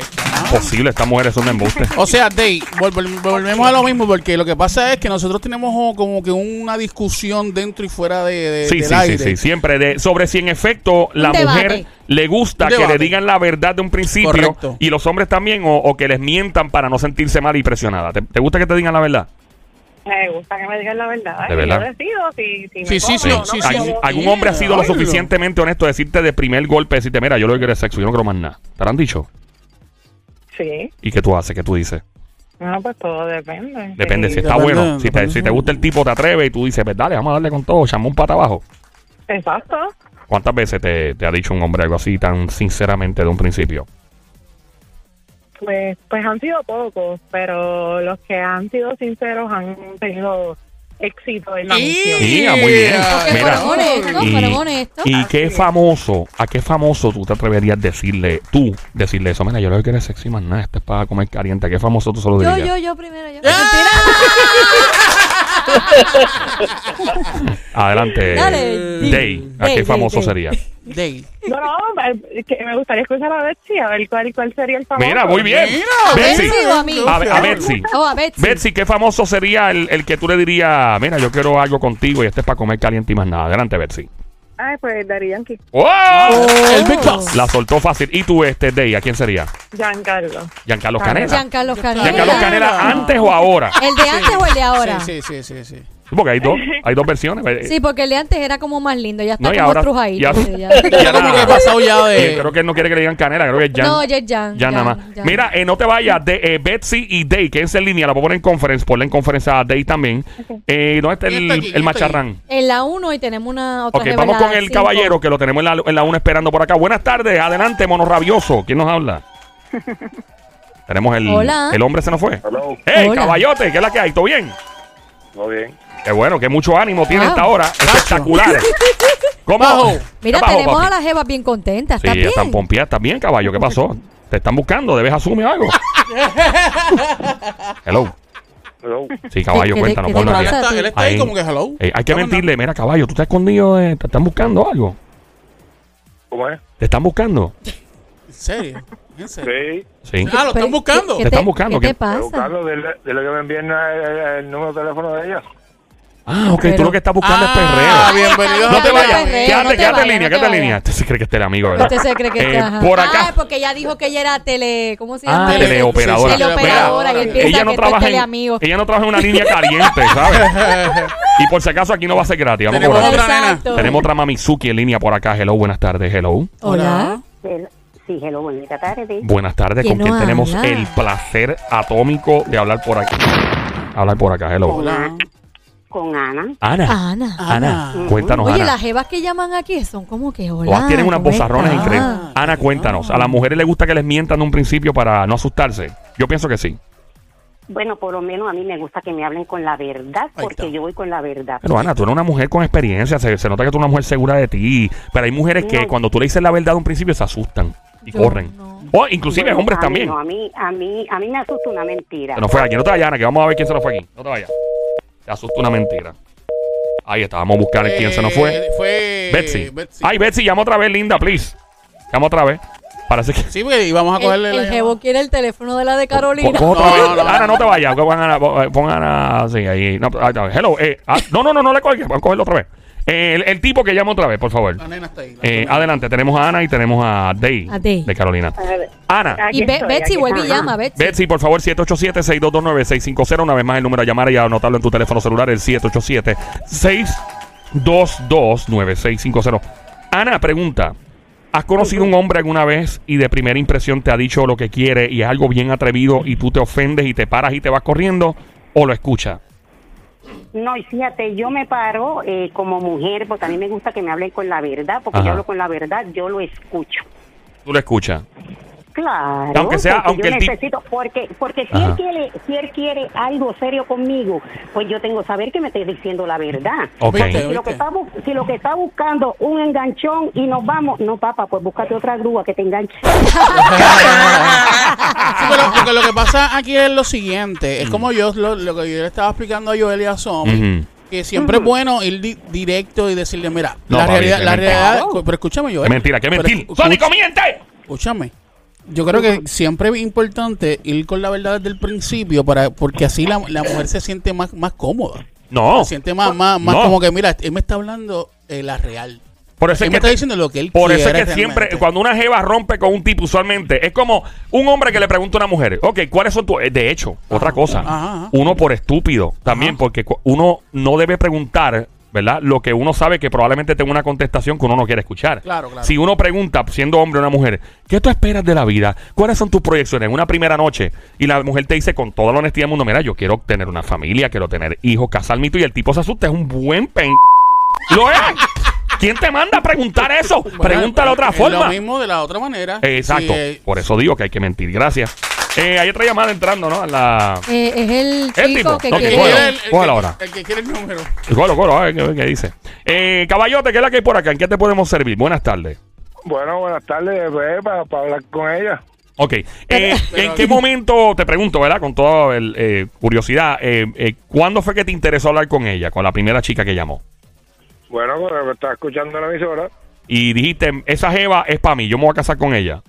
Speaker 1: Posible, estas mujeres son de embuste.
Speaker 2: O sea, Day, vol- vol- volvemos a lo mismo porque lo que pasa es que nosotros tenemos oh, como que una discusión dentro y fuera de, de-
Speaker 1: Sí,
Speaker 2: del
Speaker 1: sí, sí,
Speaker 2: aire.
Speaker 1: sí, siempre de sobre si en efecto la
Speaker 3: Un debate.
Speaker 1: mujer le gusta
Speaker 2: Un
Speaker 1: que le
Speaker 2: debate.
Speaker 1: digan la verdad de un principio
Speaker 2: Correcto.
Speaker 1: y los hombres también o, o que les mientan para no sentirse mal y presionada. ¿Te, te gusta que te digan la verdad?
Speaker 4: Me gusta que me digan la verdad.
Speaker 1: De verdad.
Speaker 4: Yo decido si, si me
Speaker 2: Sí, sí,
Speaker 4: cojo,
Speaker 2: sí,
Speaker 4: no,
Speaker 2: sí,
Speaker 4: me
Speaker 2: sí.
Speaker 1: ¿Algún,
Speaker 4: cojo.
Speaker 1: algún hombre ha sido lo
Speaker 2: Ay, lo-
Speaker 1: suficientemente honesto de decirte de primer golpe, decirte, mira, yo lo que quiero es sexo, yo no quiero más nada. ¿Te lo han dicho?
Speaker 4: Sí.
Speaker 1: ¿Y qué tú haces? ¿Qué tú dices?
Speaker 4: No, pues todo depende.
Speaker 1: Depende, si
Speaker 4: Sí.
Speaker 1: está
Speaker 2: Eh, Depende,
Speaker 1: bueno. Si te,
Speaker 2: depende.
Speaker 1: si te gusta el tipo, te atreves y tú dices, pues dale, vamos a darle con todo, chamón para abajo.
Speaker 4: Exacto.
Speaker 1: ¿Cuántas veces te, te ha dicho un hombre algo así tan sinceramente de un principio?
Speaker 4: Pues, pues han sido pocos, pero los que han sido sinceros han tenido éxito en la misión.
Speaker 1: Mira, muy bien.
Speaker 2: eh,
Speaker 3: Porque
Speaker 1: Mira.
Speaker 3: fueron honestos, fueron honestos.
Speaker 1: ¿Y
Speaker 4: Así
Speaker 1: qué
Speaker 4: es.
Speaker 1: famoso, a qué famoso tú te atreverías a decirle, tú, decirle eso? Mira, yo lo que quiero es sexy más nada, este es para comer caliente. ¿A qué famoso tú solo
Speaker 3: Yo,
Speaker 1: dirías?
Speaker 3: yo, yo primero. Yo.
Speaker 2: ¡Ah!
Speaker 1: Adelante.
Speaker 3: Dale, di,
Speaker 1: eh, Day. ¿A
Speaker 3: Day,
Speaker 1: qué
Speaker 3: Day,
Speaker 1: famoso
Speaker 3: Day.
Speaker 1: sería?
Speaker 2: Day.
Speaker 4: No, no, eh, que me gustaría escuchar a Betsy a ver cuál, cuál sería el famoso.
Speaker 1: Mira, muy bien.
Speaker 2: Mira,
Speaker 1: Betsy.
Speaker 3: Betsy o a mí.
Speaker 1: A, a Betsy.
Speaker 3: Oh, a Betsy.
Speaker 1: Betsy, ¿qué famoso sería el, el que tú le dirías, mira, yo quiero algo contigo y este es para comer caliente y más nada? Adelante, Betsy.
Speaker 4: Ay, pues Dari Yankee.
Speaker 1: ¡Wow!
Speaker 2: El Big Boss.
Speaker 1: La soltó fácil. ¿Y tú, este, Day, a quién sería?
Speaker 4: Giancarlo.
Speaker 1: Giancarlo Canela.
Speaker 3: Giancarlo Canela.
Speaker 1: Giancarlo Canela, ¿antes o ahora?
Speaker 3: ¿El de antes o el de ahora? Sí,
Speaker 2: Sí, sí, sí, sí. sí.
Speaker 1: Porque hay dos, hay dos versiones. eh,
Speaker 3: porque el de antes era como más lindo. Ya está
Speaker 1: No, y
Speaker 3: como
Speaker 1: ahora-
Speaker 3: estrujadito,
Speaker 1: ya-
Speaker 3: sí, ya.
Speaker 1: Ya
Speaker 2: Ya como
Speaker 1: nada.
Speaker 2: que he pasado ya
Speaker 1: eh,
Speaker 2: de.
Speaker 1: creo que él no quiere que le digan Canela, creo que es Jan.
Speaker 3: pues. No, ya es Jan,
Speaker 1: Jan nada
Speaker 3: Jan,
Speaker 1: más.
Speaker 3: Jan.
Speaker 1: Mira, eh, no te vayas, de, eh, Betsy y Day, que es en línea, la puedo poner en conference, ponla en conferencia a Day también. Eh, ¿Dónde está
Speaker 2: Ya
Speaker 1: el,
Speaker 2: está aquí, ya
Speaker 1: el
Speaker 2: está aquí.
Speaker 1: macharrán?
Speaker 3: En la 1 y tenemos una otra
Speaker 1: Ok, vamos
Speaker 3: revelada,
Speaker 1: con el
Speaker 3: cinco.
Speaker 1: caballero que lo tenemos en la, en la una esperando por acá. Buenas tardes, adelante, mono rabioso. ¿Quién nos habla? Tenemos el,
Speaker 3: Hola.
Speaker 1: el hombre, se nos fue.
Speaker 6: Hello,
Speaker 1: ¡Ey,
Speaker 3: Hola.
Speaker 1: caballote! ¿Qué es la que hay? ¿Todo bien?
Speaker 6: muy bien.
Speaker 1: Qué bueno, que mucho ánimo tiene
Speaker 3: Wow.
Speaker 1: esta hora. Espectacular. ¿Cómo?
Speaker 2: Bajo.
Speaker 1: ¿Qué
Speaker 3: Mira,
Speaker 1: bajo,
Speaker 3: tenemos
Speaker 1: papi?
Speaker 3: a las jevas bien contentas.
Speaker 1: Sí,
Speaker 3: ¿Está bien?
Speaker 1: están pompeadas también, caballo. ¿Qué pasó? Te están buscando, debes asumir algo. Hello.
Speaker 6: Hello.
Speaker 1: Sí, caballo,
Speaker 3: ¿Qué- qué-
Speaker 1: cuéntanos.
Speaker 3: qué-
Speaker 2: No,
Speaker 1: ponlo
Speaker 2: pero
Speaker 3: qué
Speaker 2: él
Speaker 1: aquí.
Speaker 3: pasa?
Speaker 2: está, él está ahí
Speaker 1: Ahí.
Speaker 2: como que hello.
Speaker 1: Eh, hay que
Speaker 2: Estamos
Speaker 1: mentirle, mira, caballo, tú estás escondido, eh, te están buscando algo.
Speaker 6: ¿Cómo es?
Speaker 1: Te están buscando.
Speaker 2: en- ¿En serio? ¿En serio?
Speaker 6: Sí.
Speaker 1: Sí.
Speaker 2: Ah, lo
Speaker 3: Pero,
Speaker 2: están buscando.
Speaker 1: Te están buscando,
Speaker 3: ¿Qué
Speaker 1: ¿qué-
Speaker 3: te pasa?
Speaker 6: Buscando de lo que me envíen el, el número de teléfono de ella.
Speaker 1: Ah, ok, tú
Speaker 3: Pero-
Speaker 1: lo que estás buscando es
Speaker 2: Ah,
Speaker 1: perreo.
Speaker 2: bienvenido.
Speaker 1: No te
Speaker 3: Pero
Speaker 1: vayas,
Speaker 3: perreo, no
Speaker 1: quédate,
Speaker 3: te
Speaker 1: quédate en
Speaker 3: vayas,
Speaker 1: línea,
Speaker 3: no te
Speaker 1: quédate en
Speaker 3: vayas.
Speaker 1: línea. Usted se cree que este era amigo, ¿verdad?
Speaker 3: Usted se cree que
Speaker 1: Eh,
Speaker 3: está. ajá.
Speaker 1: Por acá.
Speaker 3: Ah, porque ella dijo que ella era tele. ¿Cómo se
Speaker 1: Ah,
Speaker 3: llama?
Speaker 1: teleoperadora.
Speaker 3: Teleoperadora.
Speaker 2: Mira,
Speaker 3: y él piensa
Speaker 1: ella no
Speaker 3: que esto es
Speaker 1: trabaja en,
Speaker 3: teleamigo.
Speaker 1: ella no trabaja en una línea caliente, ¿sabes? y por si acaso aquí no va a ser gratis. Vamos
Speaker 2: Tenemos
Speaker 1: por acá.
Speaker 2: otra nena.
Speaker 3: Exacto.
Speaker 1: Tenemos otra Mamizuki en línea por acá. Hello, buenas tardes. Hello.
Speaker 3: Hola.
Speaker 7: Hello. Sí, hello, bonita tarde.
Speaker 1: Buenas tardes.
Speaker 3: ¿Quién
Speaker 1: ¿Con quien
Speaker 3: nos
Speaker 1: tenemos
Speaker 3: habla?
Speaker 1: el placer atómico de hablar por aquí? Hablar por acá. Hello.
Speaker 7: Con, A- con Ana.
Speaker 1: Ana.
Speaker 3: Ah, Ana.
Speaker 1: Ana.
Speaker 2: Ana.
Speaker 1: Cuéntanos, Ah,
Speaker 3: Oye,
Speaker 1: Ana.
Speaker 3: las jevas que llaman aquí son como que hola.
Speaker 1: Todas tienen unas
Speaker 3: ¿cómo
Speaker 1: bozarronas
Speaker 3: estás?
Speaker 1: increíbles. Ana, cuéntanos.
Speaker 3: Ah.
Speaker 1: ¿A las mujeres les gusta que les mientan de un principio para no asustarse? Yo pienso que sí.
Speaker 7: Bueno, por lo menos a mí me gusta que me hablen con la verdad,
Speaker 2: Ahí está.
Speaker 7: porque yo voy con la verdad.
Speaker 1: Pero Ana, tú eres una mujer con experiencia, se, se nota que tú eres una mujer segura de ti, pero hay mujeres que
Speaker 7: No.
Speaker 1: cuando tú le dices la verdad a un principio se asustan y
Speaker 3: Yo
Speaker 1: corren.
Speaker 3: no.
Speaker 1: O inclusive
Speaker 7: Bueno,
Speaker 1: hombres
Speaker 7: a mí
Speaker 1: también.
Speaker 7: no, a mí, a mí, a mí me asusta una mentira.
Speaker 1: Se nos fue aquí, no te vayas Ana, que vamos a ver quién se nos fue aquí. No te vayas. Te asusta una mentira. Ahí está, vamos a buscar quién se nos fue.
Speaker 2: Eh, Fue.
Speaker 1: Betsy. Ay, Betsy, llama otra vez, linda, please. Llama otra vez. Parece que...
Speaker 2: Sí, porque íbamos a
Speaker 3: El,
Speaker 2: cogerle.
Speaker 3: el
Speaker 2: la
Speaker 3: jevo quiere el teléfono de la de Carolina.
Speaker 1: Pon- pon otra
Speaker 2: No,
Speaker 1: vez.
Speaker 2: no, no.
Speaker 1: Ana, no te vayas. Pongan a, eh, pongan a- sí, ahí. No, ahí está. hello. eh, ah, no, no, no, no le cuelgues. Vamos a cogerlo otra vez. Eh, el, el tipo que llama otra vez, por favor.
Speaker 2: La nena está ahí. la
Speaker 1: Eh,
Speaker 2: nena.
Speaker 1: adelante, tenemos a Ana y tenemos a Day,
Speaker 3: A Day.
Speaker 1: de Carolina. Ana,
Speaker 4: Aquí
Speaker 3: y Be-
Speaker 4: estoy,
Speaker 3: Betsy
Speaker 4: aquí
Speaker 3: vuelve y
Speaker 7: estoy.
Speaker 3: llama, Betsy.
Speaker 1: Betsy, por favor, 787-6229-650. Una vez más, el número a llamar y a anotarlo en tu teléfono celular, el 787-622-9650. Ana, pregunta. ¿Has conocido un hombre alguna vez y de primera impresión te ha dicho lo que quiere y es algo bien atrevido y tú te ofendes y te paras y te vas corriendo o lo escuchas?
Speaker 7: No, y fíjate, yo me paro eh, como mujer, porque a mí me gusta que me hablen con la verdad, porque
Speaker 1: Ajá.
Speaker 7: yo hablo con la verdad, yo lo escucho.
Speaker 1: Tú lo escuchas.
Speaker 7: Claro.
Speaker 1: Aunque sea-
Speaker 7: porque
Speaker 1: aunque
Speaker 7: yo
Speaker 1: el tipo-
Speaker 7: necesito, porque, porque si
Speaker 1: Ajá.
Speaker 7: él, quiere, si él quiere algo serio conmigo, pues yo tengo que saber que me estés diciendo la verdad.
Speaker 1: Ok.
Speaker 2: Viste,
Speaker 7: Si lo,
Speaker 2: viste.
Speaker 7: que está bu- si lo que está buscando un enganchón y nos vamos, no, papá, pues búscate otra grúa que te enganche.
Speaker 2: Sí, pero porque lo que pasa aquí es lo siguiente. Es como yo lo, lo que yo le estaba explicando a Joel y a Somi.
Speaker 1: Mm. Ujú.
Speaker 2: Que siempre es bueno ir di- directo y decirle, mira,
Speaker 1: No,
Speaker 2: la
Speaker 1: papi,
Speaker 2: realidad,
Speaker 1: qué
Speaker 2: la
Speaker 1: mentira.
Speaker 2: realidad, pero escúchame, Joel.
Speaker 1: Mentira, que
Speaker 2: Pero
Speaker 1: mentir.
Speaker 2: escu-
Speaker 1: ¡Sónico, miente!
Speaker 2: Escúchame. Yo creo que siempre es importante ir con la verdad desde el principio para porque así la, la mujer se siente más, más cómoda.
Speaker 1: No.
Speaker 2: Se siente más, más, más
Speaker 1: No.
Speaker 2: como que, mira, él me está hablando eh, la real.
Speaker 1: Por eso
Speaker 2: él
Speaker 1: es
Speaker 2: me
Speaker 1: que
Speaker 2: está diciendo lo que él
Speaker 1: Por
Speaker 2: quiere
Speaker 1: eso es que
Speaker 2: realmente.
Speaker 1: siempre, cuando una jeva rompe con un tipo, usualmente, es como un hombre que le pregunta a una mujer, ok, ¿cuáles son tus...? eh, De hecho, otra cosa,
Speaker 2: ajá, ajá.
Speaker 1: uno por estúpido, también porque cu- uno no debe preguntar, ¿verdad? Lo que uno sabe que probablemente tenga una contestación que uno no quiere escuchar.
Speaker 2: Claro, claro.
Speaker 1: Si uno pregunta, siendo hombre o una mujer, ¿qué tú esperas de la vida? ¿Cuáles son tus proyecciones? Una primera noche, y la mujer te dice con toda la honestidad del mundo, mira, yo quiero tener una familia, quiero tener hijos, casarme y tú", y el tipo se asusta, es un buen pen... ¡Lo es! ¿Quién te manda a preguntar eso?
Speaker 2: Bueno,
Speaker 1: Pregunta de otra
Speaker 2: es
Speaker 1: forma.
Speaker 2: Lo mismo de la otra manera.
Speaker 1: Exacto.
Speaker 2: Sí, eh,
Speaker 1: Por eso digo que hay que mentir. Gracias. Eh, hay otra llamada entrando, ¿no? A la...
Speaker 3: Eh, es el chico
Speaker 1: El tipo,
Speaker 3: que
Speaker 1: ok,
Speaker 3: quiere.
Speaker 1: bueno.
Speaker 2: quiere el- el
Speaker 1: cógelo
Speaker 2: que-
Speaker 1: ahora.
Speaker 2: El que quiere el número.
Speaker 1: Colo, colo, a ver qué, a ver qué dice. Eh, caballote, ¿qué es la que hay por acá? ¿En qué te podemos servir? Buenas tardes.
Speaker 6: Bueno, buenas tardes, pues, para, para hablar con ella.
Speaker 1: Ok. Eh, ¿En qué momento, te pregunto, ¿verdad? Con toda el, eh, curiosidad, eh, eh, ¿cuándo fue que te interesó hablar con ella, con la primera chica que llamó?
Speaker 6: Bueno, porque me está escuchando la emisora.
Speaker 1: Y dijiste, esa Jeva es para mí, yo me voy a casar con ella.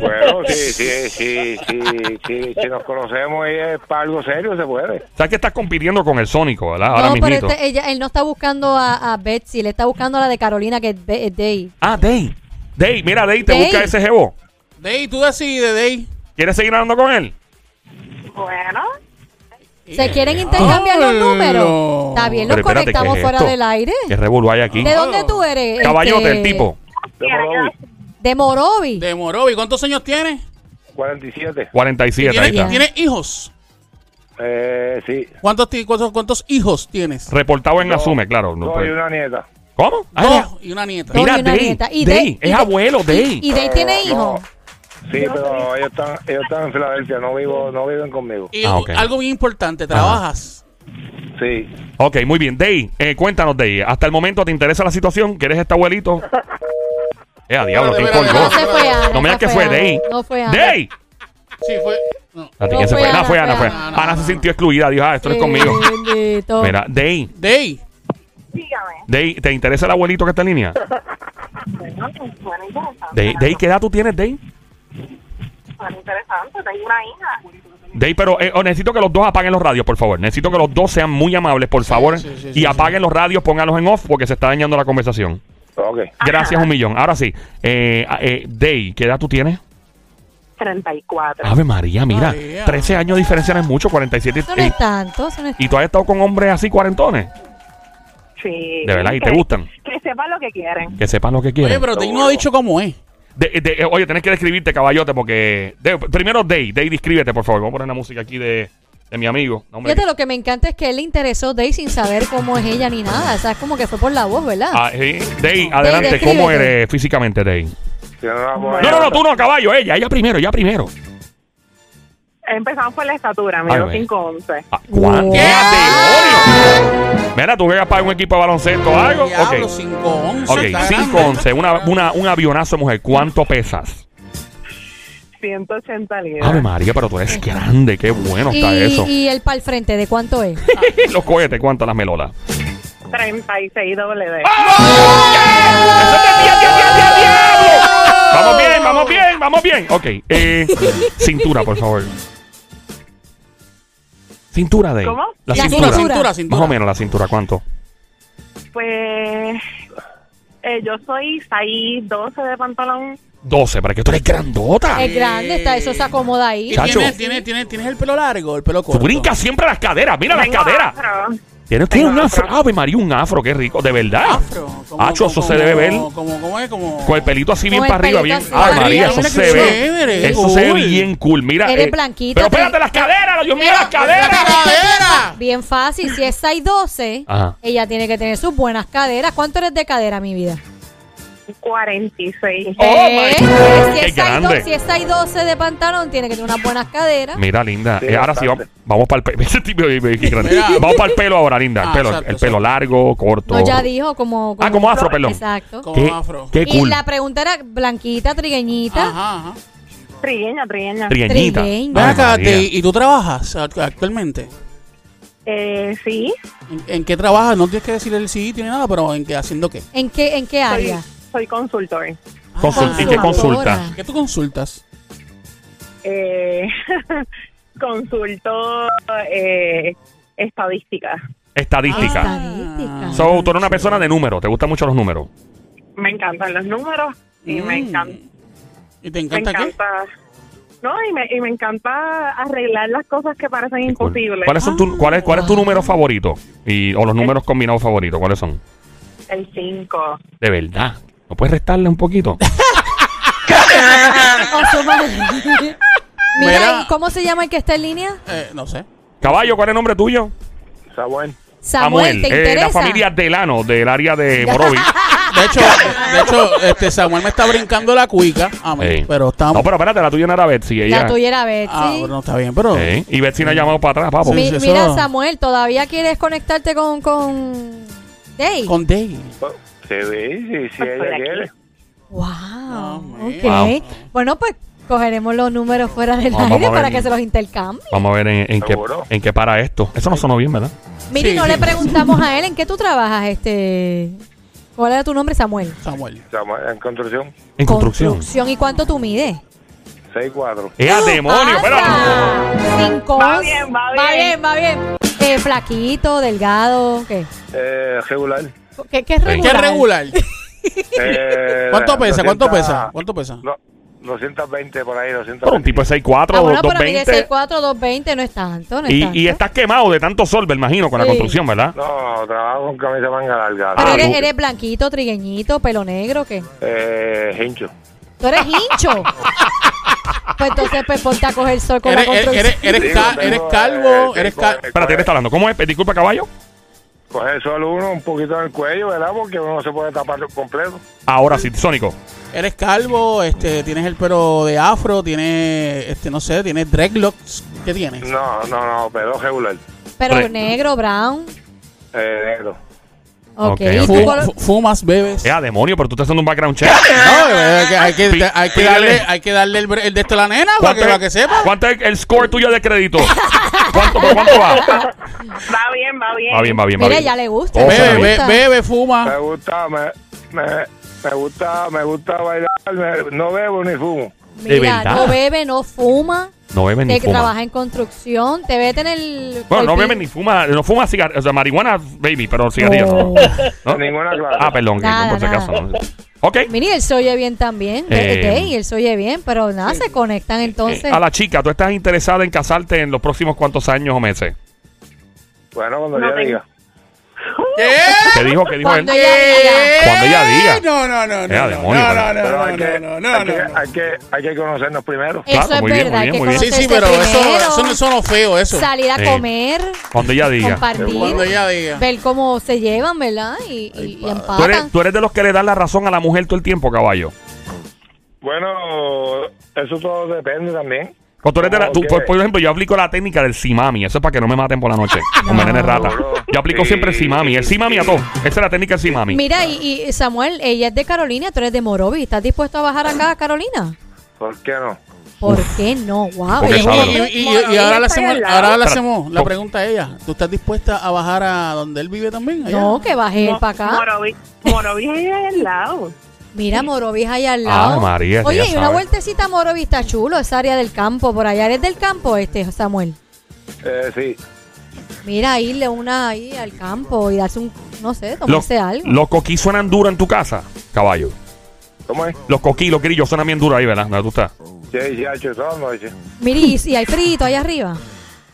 Speaker 6: Bueno, sí, sí, sí, sí, sí, si nos conocemos y es para algo serio, se puede.
Speaker 1: ¿Sabes que estás compitiendo con el Sónico, ¿verdad? Ahora
Speaker 3: No, pero
Speaker 1: mismito.
Speaker 3: este- ella, él no está buscando a, a Betsy, le está buscando a la de Carolina, que es, Be- es Day.
Speaker 1: Ah, Day. Day, mira, Day, te
Speaker 3: Day.
Speaker 1: busca ese Jevo.
Speaker 2: Dey, tú decides, Dey.
Speaker 1: ¿Quieres seguir hablando con él?
Speaker 7: Bueno,
Speaker 3: ¿Se quieren intercambiar los
Speaker 2: ¡Diablo!
Speaker 3: números? Está bien, los
Speaker 1: Pero espérate, ¿qué
Speaker 3: conectamos
Speaker 1: es
Speaker 3: fuera
Speaker 1: esto?
Speaker 3: del aire.
Speaker 1: Que revolú hay aquí.
Speaker 3: ¿De dónde tú eres?
Speaker 1: Caballote,
Speaker 3: Este,
Speaker 1: el tipo.
Speaker 3: De Morovi.
Speaker 2: De Morovi, ¿cuántos años tienes?
Speaker 6: 47.
Speaker 1: 47, ahí
Speaker 2: ¿Tienes,
Speaker 1: está.
Speaker 2: tienes hijos?
Speaker 6: Eh, sí.
Speaker 2: ¿Cuántos, ti- cuántos, cuántos hijos tienes?
Speaker 1: Reportado en Asume, claro. no
Speaker 6: Soy
Speaker 1: puede-
Speaker 6: una nieta.
Speaker 1: ¿Cómo? Ah, ya.
Speaker 2: Dos y una nieta.
Speaker 3: Dos
Speaker 1: Mira,
Speaker 3: y una
Speaker 1: Day,
Speaker 3: nieta. Y
Speaker 1: Day,
Speaker 3: Day,
Speaker 1: es
Speaker 3: y-
Speaker 1: abuelo,
Speaker 3: y-
Speaker 1: Day.
Speaker 3: Y Day tiene
Speaker 6: No,
Speaker 3: hijos.
Speaker 6: Sí, pero ellos están, ellos están en Filadelfia, no vivo, no viven conmigo.
Speaker 2: Y
Speaker 1: Ah, ok.
Speaker 2: algo bien importante, trabajas.
Speaker 6: Sí.
Speaker 1: Ok, muy bien. Day, eh, cuéntanos, Day. Hasta el momento, ¿te interesa la situación? ¿Quieres este abuelito? Eh, a diablo, ¿quién
Speaker 2: Espérate, espérate,
Speaker 1: colgó?
Speaker 3: No se fue Ana,
Speaker 1: No me digas
Speaker 3: esa
Speaker 1: que fue
Speaker 3: Ana.
Speaker 1: Day.
Speaker 3: No fue Ana.
Speaker 1: ¡Day!
Speaker 2: Sí, fue. no.
Speaker 1: ¿A ti
Speaker 3: No
Speaker 1: quién se
Speaker 3: fue
Speaker 1: fue?
Speaker 3: Ana,
Speaker 1: Ana, fue
Speaker 3: fue
Speaker 1: Ana, fue.
Speaker 3: Ana.
Speaker 2: No, no,
Speaker 1: Ana se
Speaker 2: no,
Speaker 1: sintió excluida. Dijo, ah, esto no es
Speaker 3: Eh,
Speaker 1: conmigo.
Speaker 3: bendito.
Speaker 1: Mira, Day,
Speaker 2: Dey.
Speaker 7: dígame.
Speaker 1: Day, ¿te interesa el abuelito que está en línea?
Speaker 7: Bueno, pues suena interesante.
Speaker 1: Day, Day, ¿qué edad tú tienes, Day?
Speaker 7: Suena interesante, tengo una hija.
Speaker 1: Day, pero eh, oh, necesito que los dos apaguen los radios, por favor. Necesito que los dos sean muy amables, por favor.
Speaker 2: sí, sí,
Speaker 1: y
Speaker 2: sí,
Speaker 1: apaguen los radios, póngalos en off porque se está dañando la conversación.
Speaker 6: Ok.
Speaker 1: Gracias un millón. Ahora sí, eh, eh, Day, ¿qué edad tú tienes?
Speaker 7: 34.
Speaker 1: Ave María, mira.
Speaker 2: María.
Speaker 1: 13 años de diferencia no es mucho, 47.
Speaker 3: Eso no
Speaker 1: eh,
Speaker 3: es tanto, eso no es
Speaker 1: y tú has estado con hombres así, cuarentones.
Speaker 7: Sí.
Speaker 1: De verdad, y te
Speaker 7: Que-
Speaker 1: gustan.
Speaker 7: Que sepan lo que quieren.
Speaker 1: Que sepan lo que quieren.
Speaker 2: Oye, pero Dey no ha dicho cómo es.
Speaker 1: De- de- eh, oye, tenés que describirte, caballote, porque. de- primero, Day. Day, descríbete, por favor. Vamos a poner la música aquí de, de mi amigo. No, hombre.
Speaker 3: Fíjate, lo que me encanta es que él le interesó Day sin saber cómo es ella ni nada. O sea, es como que fue por la voz, ¿verdad?
Speaker 1: Ah, sí. Day, adelante. ¿Cómo
Speaker 3: descríbete.
Speaker 1: eres físicamente, Day?
Speaker 6: Si no, pues, no,
Speaker 1: No, no, no, tú no, caballo. Ella, ella primero, ella primero.
Speaker 7: Empezamos por la estatura,
Speaker 1: Ay,
Speaker 7: mido
Speaker 1: ve.
Speaker 7: 5'11".
Speaker 1: Ah, ¿Cuánto?
Speaker 3: Wow.
Speaker 1: ¡Qué demonio! Mira, tú juegas para un equipo de baloncesto o algo.
Speaker 2: Diablo,
Speaker 1: Ok,
Speaker 2: 5'11.
Speaker 1: ok.
Speaker 2: está
Speaker 1: 5,
Speaker 2: grande.
Speaker 1: 11. Una, una, un avionazo, mujer. ¿Cuánto pesas?
Speaker 7: 180
Speaker 1: Ave
Speaker 7: libras.
Speaker 1: María, pero tú eres grande. Qué bueno está
Speaker 3: y,
Speaker 1: eso.
Speaker 3: y el pal frente, ¿de cuánto es?
Speaker 1: Los cohetes, ¿cuántas las melolas?
Speaker 7: 36 W.
Speaker 1: Ah. Vamos bien, vamos bien, vamos bien. Ok, eh, cintura, por favor. Cintura de.
Speaker 7: ¿Cómo?
Speaker 1: La,
Speaker 3: La
Speaker 1: cintura.
Speaker 2: Cintura,
Speaker 3: cintura.
Speaker 2: cintura,
Speaker 1: Más
Speaker 2: cintura.
Speaker 1: o menos la cintura, ¿cuánto?
Speaker 7: Pues eh, yo soy 6'12 de pantalón.
Speaker 1: 12, para que tú eres grandota.
Speaker 3: es grande, está, eso se acomoda ahí.
Speaker 2: ¿Y
Speaker 1: Chacho.
Speaker 2: tienes, tienes, tienes, tienes el pelo largo, el pelo
Speaker 1: Tú
Speaker 2: corto?
Speaker 1: brincas siempre las caderas, mira las
Speaker 7: Tengo
Speaker 1: caderas.
Speaker 7: afro.
Speaker 1: Tienes, tienes un afro. Ave María, un afro, qué rico, de verdad.
Speaker 2: Afro. como-
Speaker 1: Acho, eso
Speaker 2: como-
Speaker 1: se debe ver.
Speaker 2: Como, como, como es, como...
Speaker 1: Con el pelito así bien
Speaker 3: Con el
Speaker 1: para arriba, bien.
Speaker 3: pelito así
Speaker 1: Ay,
Speaker 3: para
Speaker 1: María,
Speaker 2: arriba.
Speaker 1: eso
Speaker 2: Mira
Speaker 1: se
Speaker 2: qué
Speaker 1: ve.
Speaker 2: chévere,
Speaker 1: Eso se ve
Speaker 2: cool.
Speaker 1: bien cool. Mira. eh,
Speaker 3: Eres blanquita,
Speaker 1: Pero espérate,
Speaker 3: tres-
Speaker 1: las caderas, Dios mío, las
Speaker 2: ¡La
Speaker 1: caderas.
Speaker 2: cadera!
Speaker 3: Bien fácil, si es 6'12,
Speaker 1: Ajá.
Speaker 3: ella tiene que tener sus buenas caderas. ¿Cuánto eres de cadera, mi vida?
Speaker 7: 46.
Speaker 1: Oh,
Speaker 3: Eh,
Speaker 1: my God.
Speaker 3: si
Speaker 1: Qué
Speaker 3: es 6'12
Speaker 1: grande.
Speaker 3: si es 6'12 de pantalón, tiene que tener unas buenas caderas.
Speaker 1: Mira, linda.
Speaker 6: Sí,
Speaker 1: eh, ahora sí, vamos,
Speaker 6: bastante.
Speaker 1: vamos para el pelo.
Speaker 2: Mira.
Speaker 1: vamos para el pelo ahora, linda. El
Speaker 2: Ah,
Speaker 1: pelo,
Speaker 2: exacto,
Speaker 1: el pelo
Speaker 2: exacto.
Speaker 1: largo, corto.
Speaker 3: No, ya dijo como...
Speaker 1: Ah, como afro, perdón.
Speaker 3: Exacto.
Speaker 2: Como
Speaker 1: Qué,
Speaker 2: afro.
Speaker 1: qué
Speaker 3: Y
Speaker 1: cool.
Speaker 3: la pregunta era blanquita, trigueñita.
Speaker 2: Ajá, ajá.
Speaker 1: Oh.
Speaker 7: Trigueña, trigueña.
Speaker 1: Trigueñita.
Speaker 3: Trigueña.
Speaker 2: Ven
Speaker 1: Ay,
Speaker 2: acá,
Speaker 1: María.
Speaker 2: Dey, ¿y tú trabajas act- actualmente?
Speaker 7: Eh, sí,
Speaker 2: ¿En, en qué trabajas? No tienes que decir el sitio ni nada, pero ¿en qué? ¿Haciendo qué?
Speaker 3: ¿En qué, en qué
Speaker 7: soy,
Speaker 3: área?
Speaker 7: soy consultor.
Speaker 1: Consul- ¿Y Ah, qué
Speaker 3: Consultora.
Speaker 1: consulta?
Speaker 2: Ah, ¿Qué tú consultas?
Speaker 7: Eh, consulto eh, estadística.
Speaker 2: Ah.
Speaker 1: Estadística.
Speaker 3: Estadística.
Speaker 1: So, tú eres una persona de números. Te gustan mucho los números.
Speaker 7: Me encantan los números y me
Speaker 2: Mm.
Speaker 7: encanta.
Speaker 2: ¿Y te
Speaker 7: Me
Speaker 2: encanta, qué?
Speaker 7: encanta. No, y me, y me encanta arreglar las cosas que parecen
Speaker 1: Qué cool.
Speaker 7: imposibles.
Speaker 1: ¿Cuáles son tu, cuál, es, ¿Cuál es
Speaker 3: Ah.
Speaker 1: tu número favorito? Y, o los números combinados favoritos. ¿Cuáles son?
Speaker 7: El 5.
Speaker 1: De verdad. ¿No puedes restarle un poquito?
Speaker 2: Ah,
Speaker 3: O su madre. Mira,
Speaker 2: Mira.
Speaker 3: ¿y ¿cómo se llama el que está en línea?
Speaker 2: Eh, no sé.
Speaker 1: Caballo, ¿cuál es el nombre tuyo?
Speaker 6: Está bueno.
Speaker 3: Samuel, ¿te
Speaker 1: eh,
Speaker 3: interesa?
Speaker 1: la familia Delano, del área de Morovi.
Speaker 2: De hecho, de hecho este Samuel me está brincando la cuica. A mí,
Speaker 1: Ey.
Speaker 2: pero estamos...
Speaker 1: Eh. No, pero espérate, la tuya no era Betsy. Ella,
Speaker 3: La tuya era Betsy.
Speaker 2: Ah, pero no está bien, pero...
Speaker 1: Ey, Y Betsy no ha llamado para atrás, papo.
Speaker 3: Mi-
Speaker 2: Sí, sí,
Speaker 3: mira,
Speaker 2: eso.
Speaker 3: Samuel, ¿todavía quieres conectarte con, con Day?
Speaker 2: Con Dey.
Speaker 6: Oh, Sí, sí, sí,
Speaker 7: Estoy
Speaker 3: Pues
Speaker 6: ella
Speaker 7: aquí.
Speaker 6: quiere.
Speaker 3: Wow.
Speaker 2: No, man.
Speaker 3: ok.
Speaker 1: Wow.
Speaker 3: Bueno, pues cogeremos los números fuera del
Speaker 1: Vamos a
Speaker 3: aire
Speaker 1: ver.
Speaker 3: para que se los intercambie.
Speaker 1: Vamos a ver en, en qué,
Speaker 6: Seguro.
Speaker 1: en qué para esto. Eso no sonó bien, ¿verdad?
Speaker 3: Mire,
Speaker 2: Sí,
Speaker 3: no
Speaker 2: sí.
Speaker 3: le preguntamos a él en qué tú trabajas, este. ¿Cuál era tu nombre, Samuel?
Speaker 2: Samuel.
Speaker 6: Estamos en construcción
Speaker 1: En construcción.
Speaker 3: ¿Y cuánto tú mides?
Speaker 6: 6-4.
Speaker 2: Eh.
Speaker 1: ¡Ea, demonio! Espérate.
Speaker 3: ¡Anda! Cinco.
Speaker 4: Va bien, va
Speaker 3: Va
Speaker 4: bien.
Speaker 3: bien, va bien. Eh, flaquito, delgado, ¿qué?
Speaker 6: Eh, regular.
Speaker 3: ¿Qué, qué es
Speaker 1: Ey.
Speaker 3: regular?
Speaker 2: ¿Qué es regular?
Speaker 6: Eh,
Speaker 2: ¿Cuánto pesa? ¿Cuánto
Speaker 6: 200,
Speaker 2: pesa? ¿Cuánto pesa?
Speaker 6: no, 220 por ahí, 220.
Speaker 1: Pero un tipo de 6'4,
Speaker 3: Ah, bueno, pero mide
Speaker 1: 220.
Speaker 3: 6'4", 220 no es tanto, no es
Speaker 1: Y,
Speaker 3: tanto.
Speaker 1: y estás quemado de tanto sol, me imagino, con la
Speaker 3: Sí.
Speaker 1: construcción, ¿verdad?
Speaker 6: No, trabajo con camisa manga larga.
Speaker 3: Pero
Speaker 1: Ah,
Speaker 3: eres,
Speaker 1: tú-
Speaker 3: eres blanquito, trigueñito, pelo negro, ¿qué?
Speaker 6: Eh, hincho.
Speaker 3: Tú eres hincho. pues entonces, pues ponte a coger sol con
Speaker 2: ¿Eres,
Speaker 3: la
Speaker 2: eres,
Speaker 3: construcción.
Speaker 2: eres, eres,
Speaker 6: Sí,
Speaker 2: ca-
Speaker 6: yo tengo,
Speaker 2: eres
Speaker 6: eh,
Speaker 2: calvo?
Speaker 6: sí,
Speaker 2: ¿Eres
Speaker 6: coge-
Speaker 2: calvo?
Speaker 1: Espérate, ¿qué está hablando? ¿Cómo es? Disculpa, caballo.
Speaker 6: Coge solo uno, un poquito en el cuello, ¿verdad? Porque uno no se puede tapar completo.
Speaker 1: Ahora sí, Sónico.
Speaker 2: Eres calvo, este, tienes el pelo de afro, tienes, este, no sé, tienes dreadlocks, ¿qué tienes?
Speaker 6: No, no, no, pero regular.
Speaker 3: Pero
Speaker 1: Pre-
Speaker 3: negro, brown.
Speaker 6: Eh, negro.
Speaker 3: Ok.
Speaker 1: Ok,
Speaker 3: ¿Y
Speaker 1: ok.
Speaker 3: tú
Speaker 2: Fu-
Speaker 3: color-
Speaker 2: fu- fumas, bebes.
Speaker 1: ¡Ea, demonio! Pero tú estás haciendo un background check.
Speaker 2: No, eh, que hay que,
Speaker 1: Pi-
Speaker 2: hay que
Speaker 1: pídele.
Speaker 2: darle, hay que darle el, bre- el de esto a la nena para que, para que sepa.
Speaker 1: ¿Cuánto es el score tuyo de crédito? ¿Cuánto, por cuánto va?
Speaker 4: Va bien, va bien.
Speaker 1: Va bien, va bien, va
Speaker 3: Mira,
Speaker 1: bien.
Speaker 3: ya le gusta.
Speaker 1: Oh,
Speaker 3: ya
Speaker 1: se
Speaker 2: Bebe,
Speaker 1: la
Speaker 3: le
Speaker 2: be-
Speaker 3: gusta.
Speaker 2: bebe, fuma.
Speaker 6: Me gusta, me, me, me gusta, me gusta bailar, me- no bebo ni fumo.
Speaker 1: De
Speaker 3: Mira,
Speaker 1: verdad.
Speaker 3: no bebe, no fuma.
Speaker 1: No beben ni
Speaker 3: Te
Speaker 1: fuma.
Speaker 3: trabaja en construcción, te vete en el.
Speaker 1: Bueno, no beben
Speaker 3: bebe
Speaker 1: ni fuma. No fuma cigarrillos. O sea, marihuana, baby, pero cigarrillos. no. ¿No?
Speaker 6: Ninguna clase.
Speaker 1: Ah, perdón, que
Speaker 3: Nada,
Speaker 1: no, por si acaso. no. Ok.
Speaker 3: Mira, él se oye bien también.
Speaker 1: Eh.
Speaker 3: Eh, y él se oye bien, pero nada, se conectan entonces.
Speaker 1: Eh, a la chica, ¿tú estás interesada en casarte en los próximos cuántos años o meses?
Speaker 6: Bueno, cuando
Speaker 4: No
Speaker 6: yo
Speaker 4: tengo-
Speaker 6: diga.
Speaker 2: ¿Qué?
Speaker 1: ¿Qué dijo? ¿Qué dijo él?
Speaker 3: Cuando ella diga.
Speaker 1: Cuando ella diga.
Speaker 2: No, no, no, no.
Speaker 1: Ea,
Speaker 2: No,
Speaker 1: demonio,
Speaker 2: no, no,
Speaker 1: pero-
Speaker 2: no,
Speaker 6: Pero
Speaker 2: no,
Speaker 6: hay que-
Speaker 2: no, no,
Speaker 6: hay que-
Speaker 2: no, no.
Speaker 6: hay que- hay que conocernos primero.
Speaker 3: Eso
Speaker 1: Claro,
Speaker 3: es
Speaker 1: muy bien,
Speaker 3: verdad,
Speaker 1: muy bien,
Speaker 3: hay que
Speaker 1: muy bien.
Speaker 2: Sí,
Speaker 3: conocerse
Speaker 2: sí, pero eso,
Speaker 3: primero,
Speaker 2: eso, no- eso no es feo, eso.
Speaker 3: salir a
Speaker 1: Sí.
Speaker 3: comer,
Speaker 1: Cuando ella diga.
Speaker 3: compartir,
Speaker 2: Cuando ella diga.
Speaker 3: ver cómo se llevan, ¿verdad? Y, y- y
Speaker 1: ¿Tú eres,
Speaker 3: empatan.
Speaker 1: tú eres de los que le dan la razón a la mujer todo el tiempo, caballo.
Speaker 6: Bueno, eso todo depende también.
Speaker 1: O tú eres de la-
Speaker 6: Como
Speaker 1: tú- pues,
Speaker 6: que-
Speaker 1: por, por ejemplo, yo aplico la técnica del simami. Eso es para que no me maten por la noche. Con veneno de rata. Yo aplico
Speaker 6: Sí.
Speaker 1: siempre el simami. El simami a todo. Esa es la técnica del simami.
Speaker 3: Mira, y, y, Samuel, ella es de Carolina, tú eres de Morovis. ¿Estás dispuesto a bajar acá a Carolina?
Speaker 6: ¿Por qué no?
Speaker 3: ¿Por qué no? Wow,
Speaker 1: Porque
Speaker 3: ella es
Speaker 2: Y,
Speaker 1: sabe.
Speaker 3: una-
Speaker 2: y- y- y- y ahora le hacemos, ahora le
Speaker 1: Espera,
Speaker 2: hacemos la
Speaker 1: ¿cómo?
Speaker 2: pregunta a ella. ¿Tú estás dispuesta a bajar a donde él vive también? allá?
Speaker 3: No, que baje él para acá.
Speaker 4: Morovis, Morovis ahí al lado.
Speaker 3: Mira, Morovis ahí al
Speaker 1: Ah,
Speaker 3: lado.
Speaker 1: María, que
Speaker 3: Oye,
Speaker 1: ya
Speaker 3: y una
Speaker 1: sabe.
Speaker 3: vueltecita a Morovis está chulo, esa área del campo. Por allá eres del campo, este, Samuel.
Speaker 6: Eh, sí.
Speaker 3: Mira, irle una ahí al campo y darse un, no sé,
Speaker 1: Los,
Speaker 3: tomarse algo.
Speaker 1: los coquí suenan duro en tu casa, caballo.
Speaker 6: ¿Cómo es?
Speaker 1: Los coquí, los grillos suenan bien duros ahí, ¿verdad? ¿Dónde tú estás?
Speaker 6: Yo 18 todas las noches.
Speaker 3: Mira, y y hay frito ahí arriba.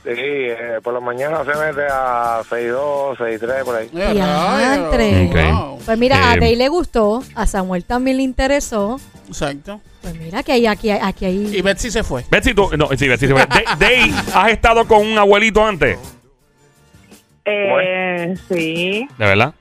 Speaker 6: Sí, eh, por la mañana se mete a 6-2, 6-3, por ahí.
Speaker 2: Ea,
Speaker 3: Diantre.
Speaker 2: rayos. Wow.
Speaker 3: Pues mira, a
Speaker 1: Eh,
Speaker 3: Dey le gustó, a Samuel también le interesó.
Speaker 2: Exacto.
Speaker 3: Pues mira que hay aquí, hay- aquí
Speaker 2: Y
Speaker 3: hay...
Speaker 2: Betsy se fue.
Speaker 1: Betsy, tú. No, sí, Betsy se fue. De- Dey, ¿has estado con un abuelito antes?
Speaker 4: Eh, sí.
Speaker 1: ¿De verdad?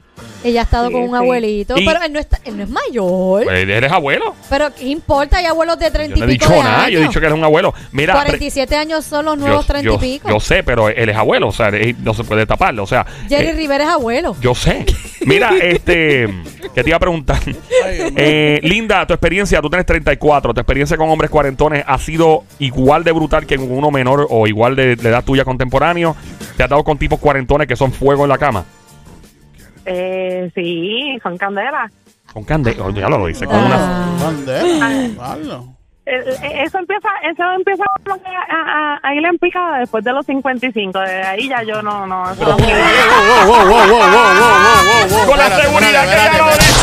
Speaker 3: Ella ha estado
Speaker 4: Sí,
Speaker 3: con un
Speaker 4: sí.
Speaker 3: abuelito,
Speaker 1: Y-
Speaker 3: pero él no, está, él no es mayor.
Speaker 1: Pues, ¿Eres abuelo?
Speaker 3: pero ¿qué importa? Hay abuelos de
Speaker 1: Yo
Speaker 3: ¿Eh? treinta
Speaker 1: no
Speaker 3: y
Speaker 1: he
Speaker 3: pico
Speaker 1: dicho
Speaker 3: de
Speaker 1: nada.
Speaker 3: años.
Speaker 1: Yo he dicho que eres un abuelo. Mira, pre-
Speaker 3: 47 años son los nuevos treinta y pico.
Speaker 1: yo sé, pero él es abuelo, o sea, él- no se puede taparlo, o sea.
Speaker 3: Jerry
Speaker 1: eh,
Speaker 3: Rivera es abuelo.
Speaker 1: yo sé. Mira, este, que te iba a preguntar.
Speaker 2: Ay, Dios mío.
Speaker 1: Eh, Linda, tu experiencia, tú tienes 34, tu experiencia con hombres cuarentones ha sido igual de brutal que con uno menor o igual de, de edad tuya contemporáneo. Te has dado con tipos cuarentones que son fuego en la cama.
Speaker 4: Eh, sí, son candelas.
Speaker 1: Con candela, ya lo dice, con
Speaker 3: Ah.
Speaker 1: una...
Speaker 2: Bandera, Pablo.
Speaker 4: Eh, eh, Eso empieza, eso empieza como que a, a- a ir en picada después de los 55. De ahí ya yo no, no. eso no me-
Speaker 1: Con la
Speaker 2: Espérate,
Speaker 1: seguridad que
Speaker 2: espérate,
Speaker 1: ella lo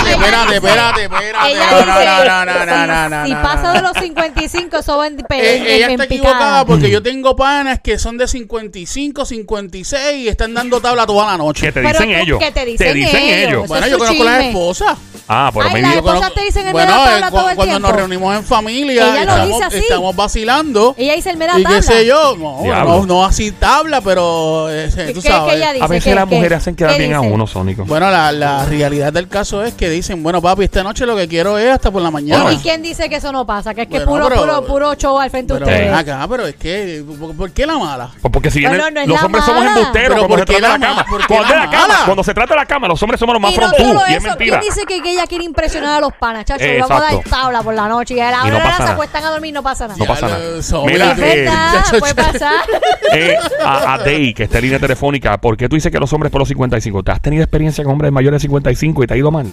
Speaker 2: Espérate, espérate, espérate, espérate.
Speaker 3: Ella
Speaker 2: No,
Speaker 3: dice,
Speaker 2: no, no, no,
Speaker 3: si,
Speaker 2: no, no,
Speaker 3: si
Speaker 2: no,
Speaker 3: pasa
Speaker 2: no.
Speaker 3: de los 55, eso va en, pe- en-
Speaker 2: Eh, ella
Speaker 3: en
Speaker 2: está
Speaker 3: picada.
Speaker 2: equivocada porque yo tengo panas que son de 55, 56 y están dando tabla toda la
Speaker 1: Que
Speaker 2: noche.
Speaker 1: te
Speaker 3: Pero
Speaker 1: dicen
Speaker 3: tú-
Speaker 1: ellos.
Speaker 3: que te dicen ellos. Eso
Speaker 2: Bueno,
Speaker 3: es
Speaker 2: yo
Speaker 3: su
Speaker 2: conozco las
Speaker 3: chisme.
Speaker 2: esposas.
Speaker 1: Ah, pero
Speaker 3: Ay,
Speaker 1: maybe-
Speaker 3: la
Speaker 2: Yo
Speaker 3: esposas
Speaker 2: conozco-
Speaker 3: te dicen que
Speaker 2: bueno,
Speaker 3: me da tabla
Speaker 2: eh, cu-
Speaker 3: todo el
Speaker 2: cuando nos
Speaker 3: tiempo.
Speaker 2: reunimos en familia,
Speaker 3: Ella lo
Speaker 2: estamos,
Speaker 3: dice así.
Speaker 2: estamos vacilando.
Speaker 3: Ella dice, él me da
Speaker 2: Y
Speaker 3: tabla.
Speaker 2: qué sé yo, no,
Speaker 1: Diablo.
Speaker 2: no, no así tabla, pero eh,
Speaker 3: ¿Qué
Speaker 2: tú
Speaker 3: es que
Speaker 2: sabes.
Speaker 3: ella dice?
Speaker 1: A veces
Speaker 3: ¿Qué-
Speaker 1: las
Speaker 3: qué-
Speaker 1: mujeres hacen quedar
Speaker 3: qué
Speaker 1: bien a
Speaker 3: dice?
Speaker 1: uno, Sónico.
Speaker 2: Bueno, la, la realidad del caso es que dicen, bueno, papi, esta noche lo que quiero es hasta por la mañana.
Speaker 1: Ahora.
Speaker 3: ¿Y quién dice que eso no pasa? Que es que
Speaker 2: Bueno,
Speaker 3: puro,
Speaker 2: pero-
Speaker 3: puro, puro show al frente de
Speaker 2: Pero
Speaker 3: ustedes.
Speaker 2: ven acá, pero es que, ¿por, por qué la mala?
Speaker 1: Pues porque si vienen,
Speaker 3: Bueno, no es
Speaker 1: los
Speaker 3: la
Speaker 1: hombres somos
Speaker 3: mala.
Speaker 1: embusteros
Speaker 2: Pero
Speaker 1: cuando se
Speaker 2: ¿por qué
Speaker 1: trata de la
Speaker 2: la
Speaker 1: cama.
Speaker 2: ma- por qué
Speaker 1: Cuando,
Speaker 2: la
Speaker 1: es la cama,
Speaker 2: mala?
Speaker 1: cuando se trata de la cama, los hombres somos los más
Speaker 3: Y no
Speaker 1: frontú.
Speaker 3: solo
Speaker 1: y es
Speaker 3: eso, ¿quién
Speaker 1: mentira.
Speaker 3: dice que, que ella quiere impresionar a los panas, chacho? Y vamos a dar
Speaker 1: Exacto.
Speaker 3: tabla por la noche y a la
Speaker 1: Y no
Speaker 3: hora
Speaker 1: pasa
Speaker 3: se
Speaker 1: nada.
Speaker 3: acuestan a dormir, no pasa nada.
Speaker 1: No
Speaker 2: Ya
Speaker 1: pasa
Speaker 2: lo-
Speaker 1: nada.
Speaker 2: eso,
Speaker 1: Mira,
Speaker 3: es
Speaker 2: obvio.
Speaker 1: eh,
Speaker 3: verdad,
Speaker 2: Chacho,
Speaker 3: Pues
Speaker 2: chacho.
Speaker 3: puede pasar.
Speaker 1: eh, a, a Day, que está en línea telefónica, ¿por qué tú dices que los hombres por los 55? ¿Te has tenido experiencia con hombres mayores de 55 y te ha ido mal?